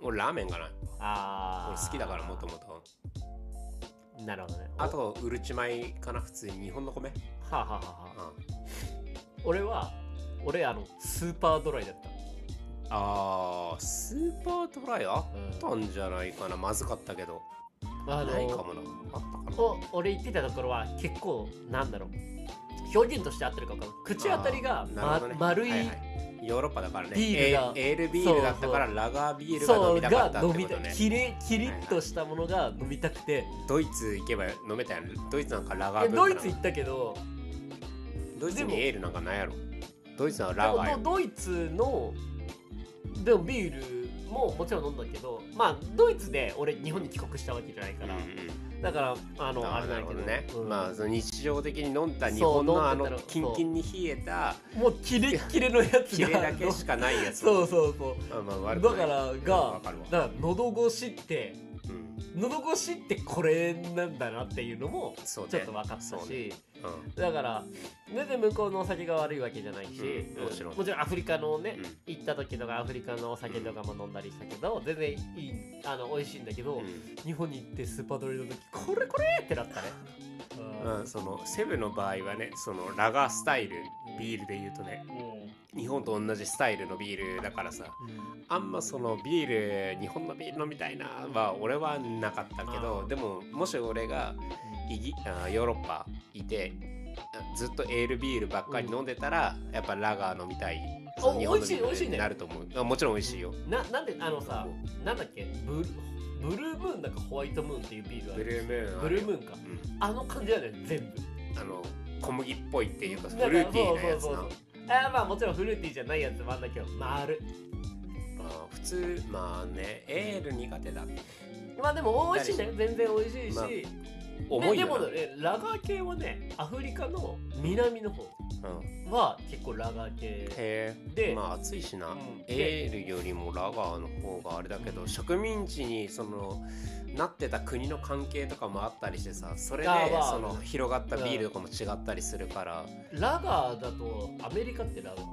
Speaker 1: 俺ラーメンかな
Speaker 2: あ
Speaker 1: 俺
Speaker 2: ー
Speaker 1: 好きだからもともと
Speaker 2: なるほどね
Speaker 1: あとうるち米かな普通に日本の米、
Speaker 2: はあ、はあはあはあ、
Speaker 1: うん、
Speaker 2: 俺は俺あのスーパードライだった
Speaker 1: あースーパードライあったんじゃないかなまずかったけど
Speaker 2: あ
Speaker 1: ないかもなあったかな
Speaker 2: お俺言ってたところは結構なんだろう表現として合ってるか分かんない口当たりが、
Speaker 1: あーな
Speaker 2: ま
Speaker 1: るほどね
Speaker 2: 丸い、
Speaker 1: ははヨーロッパだからね
Speaker 2: ビールが
Speaker 1: エエールビールだったから
Speaker 2: そう
Speaker 1: ラガービールが飲
Speaker 2: そう
Speaker 1: みたかっ
Speaker 2: が
Speaker 1: たって
Speaker 2: 飲
Speaker 1: こ
Speaker 2: み
Speaker 1: と
Speaker 2: た
Speaker 1: ね
Speaker 2: キレキリッとしたものが飲みたくて、
Speaker 1: ドイツ行けば飲めたやんドイツなんかラガ
Speaker 2: え
Speaker 1: ー文化
Speaker 2: ド
Speaker 1: な
Speaker 2: イ
Speaker 1: の
Speaker 2: ツ行ったけど
Speaker 1: ドイツ
Speaker 2: でも
Speaker 1: にエールなんかないやろドイツは
Speaker 2: で
Speaker 1: ラガー
Speaker 2: も
Speaker 1: よ
Speaker 2: ドドイツのでもビールももちろん飲んだけどまあドイツで俺日本に帰国したわけじゃないから、だからあ
Speaker 1: うんうん
Speaker 2: のあ
Speaker 1: あーな
Speaker 2: れだ
Speaker 1: る
Speaker 2: け
Speaker 1: ほ
Speaker 2: ど
Speaker 1: どね、
Speaker 2: うん
Speaker 1: まあその日常的に飲んだ日
Speaker 2: そう
Speaker 1: 本のあ
Speaker 2: 飲んでた
Speaker 1: の
Speaker 2: ら
Speaker 1: キンキンに冷えた
Speaker 2: もうキレッキレのやつ
Speaker 1: キ
Speaker 2: が
Speaker 1: レだけしかないやつ
Speaker 2: そうそうそう
Speaker 1: まあまあ
Speaker 2: だ
Speaker 1: 悪く
Speaker 2: か
Speaker 1: ない
Speaker 2: ら
Speaker 1: う
Speaker 2: が
Speaker 1: んわかるわ
Speaker 2: だから喉越しって
Speaker 1: うん
Speaker 2: 喉越しってこれなんだなっていうのも
Speaker 1: そうね
Speaker 2: ちょっと分かったし、
Speaker 1: そうねうん
Speaker 2: だから全然向こうのお酒が悪いわけじゃないし、
Speaker 1: うんもちろん
Speaker 2: もちろんアフリカのね、
Speaker 1: うん
Speaker 2: 行った時とかアフリカのお酒とかも飲んだりしたけど全然いいあの美味しいんだけど、
Speaker 1: うん
Speaker 2: 日本に行ってスーパードリの時これこれってなったね、
Speaker 1: まあそのセブンの場合はねそのラガースタイルビールで言うとね日本と同じスタイルのビールだからさ
Speaker 2: うん
Speaker 1: あんまそのビール日本のビール飲みたいなは俺はなかったけ
Speaker 2: あ
Speaker 1: ど
Speaker 2: ー
Speaker 1: でももし俺がイギあーヨーロッパいてあずっとエールビールばっかり飲んでたら、やっぱラガー飲みたいその日本の
Speaker 2: 美味し
Speaker 1: ビー
Speaker 2: い
Speaker 1: ル
Speaker 2: 美味しいね
Speaker 1: になると思うあもちろん美味しいよ
Speaker 2: ななんであのさなんだっけブルブルームーンだかホワイトムーンっていうビールあ
Speaker 1: ブ
Speaker 2: る
Speaker 1: ルームーン
Speaker 2: ブルーム
Speaker 1: ーン、
Speaker 2: ーンかあの感じだよね全部
Speaker 1: うん、あの小麦っぽいっていうかフ
Speaker 2: なんか
Speaker 1: ルーティーなやつ
Speaker 2: そう
Speaker 1: な
Speaker 2: そうそうあーまあもちろんフルーティーじゃないやつもあるんだけど丸
Speaker 1: まあ普通まあねエール苦手だ
Speaker 2: まあでも美味しいんだよ全然美味しいし、
Speaker 1: まあ
Speaker 2: で
Speaker 1: 重い
Speaker 2: で
Speaker 1: よ
Speaker 2: も
Speaker 1: な、
Speaker 2: ねラガー系はねアフリカの南の方
Speaker 1: うん、へ
Speaker 2: は結構ラガー系
Speaker 1: え
Speaker 2: で、
Speaker 1: まあ暑いしな、
Speaker 2: うん
Speaker 1: エールよりもラガーの方があれだけど、植民地にそのなってた国の関係とかもあったりしてさそれで
Speaker 2: あーまあ
Speaker 1: その広がったビールとかも違ったりするから、
Speaker 2: ラガーだとアメリカってラガー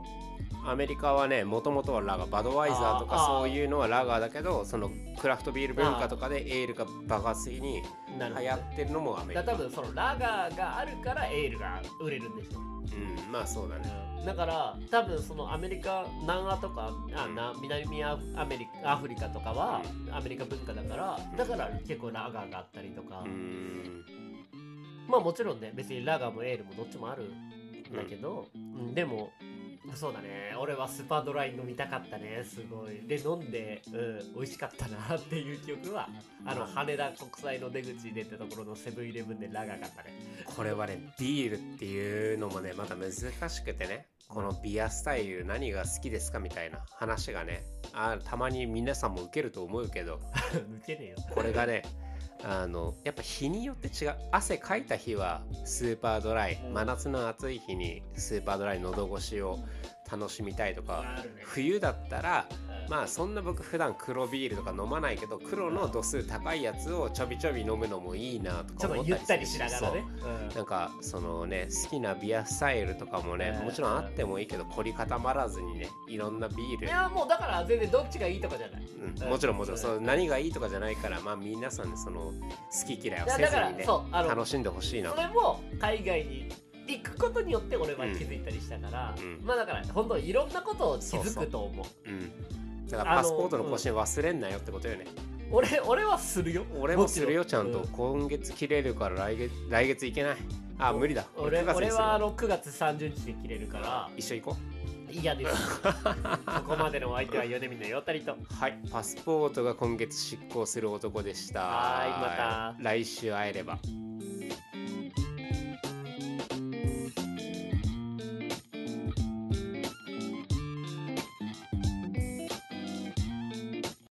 Speaker 1: アメリカはねもともとはラガーバドワイザーと
Speaker 2: あ
Speaker 1: か
Speaker 2: ー
Speaker 1: そういうのはラガーだけどそのクラフトビール文化とかでエールが爆発的に
Speaker 2: な
Speaker 1: 流
Speaker 2: るほど
Speaker 1: 行ってるのもアメリ
Speaker 2: だ
Speaker 1: カ、
Speaker 2: から多分そのラガーがあるからエールが売れるんですよ、
Speaker 1: うん、まあそうだね
Speaker 2: だから多分そのアメリカ南アとかあな南アアメリカアフリカとかはアメリカ文化だからだから結構ラガーがあったりとか、
Speaker 1: うん
Speaker 2: まあもちろんね別にラガーもエールもどっちもあるんだけど、うんでもそうだね俺はスーパードライ飲みたかったねすごいで飲んで、うん、美味しかったなっていう記憶はあの羽田国際の出口出たところのセブンイレブンで長かったね (laughs)
Speaker 1: これはねビールっていうのもねまた難しくてねこのビアスタイル何が好きですかみたいな話がねあたまに皆さんも受けると思うけど
Speaker 2: 抜けねえよ
Speaker 1: これがね (laughs) あのやっぱ日によって違う汗かいた日はスーパードライ真夏の暑い日にスーパードライ喉越しを楽しみたいとか
Speaker 2: るね
Speaker 1: 冬だったらまあそんな僕普段黒ビールとか飲まないけど黒の度数高いやつをちょびちょび飲むのもいいなと
Speaker 2: ち
Speaker 1: か
Speaker 2: ょっ
Speaker 1: 思っ
Speaker 2: とゆった
Speaker 1: たり
Speaker 2: り
Speaker 1: す
Speaker 2: し
Speaker 1: る
Speaker 2: ながらね、うん
Speaker 1: なんかそのね好きなビアスタイルとかもね
Speaker 2: うん
Speaker 1: もちろんあってもいいけど凝り固まらずにねいろんなビール
Speaker 2: いやもうだから全然どっちがいいとかじゃない
Speaker 1: うんもちろんもちろん
Speaker 2: うん
Speaker 1: そう何がいいとかじゃないからまあ皆さんねその好き嫌いを
Speaker 2: だ
Speaker 1: せ
Speaker 2: だか
Speaker 1: ず
Speaker 2: ら
Speaker 1: にね
Speaker 2: そうあの
Speaker 1: 楽しんでほしいな
Speaker 2: それも海外に行くことによって俺は気づいたりしたから、
Speaker 1: うんうん
Speaker 2: まあだから本当いろんなことを気づくと思う
Speaker 1: うんだからパスポートの更新忘れんなよってことよね
Speaker 2: 俺俺はするよ
Speaker 1: 俺もするよ
Speaker 2: も
Speaker 1: ちゃんと
Speaker 2: うん
Speaker 1: 今月切れるから来月来月行けないあ無理だ
Speaker 2: 俺
Speaker 1: 九月に
Speaker 2: 俺
Speaker 1: するわ
Speaker 2: はあの9月30日で切れるから
Speaker 1: 一緒行こ
Speaker 2: 嫌で
Speaker 1: (laughs)
Speaker 2: すここまでのお相手は米みのよたりと
Speaker 1: うはいパスポートが今月執行する男でした
Speaker 2: はーいまた
Speaker 1: 来週会えれば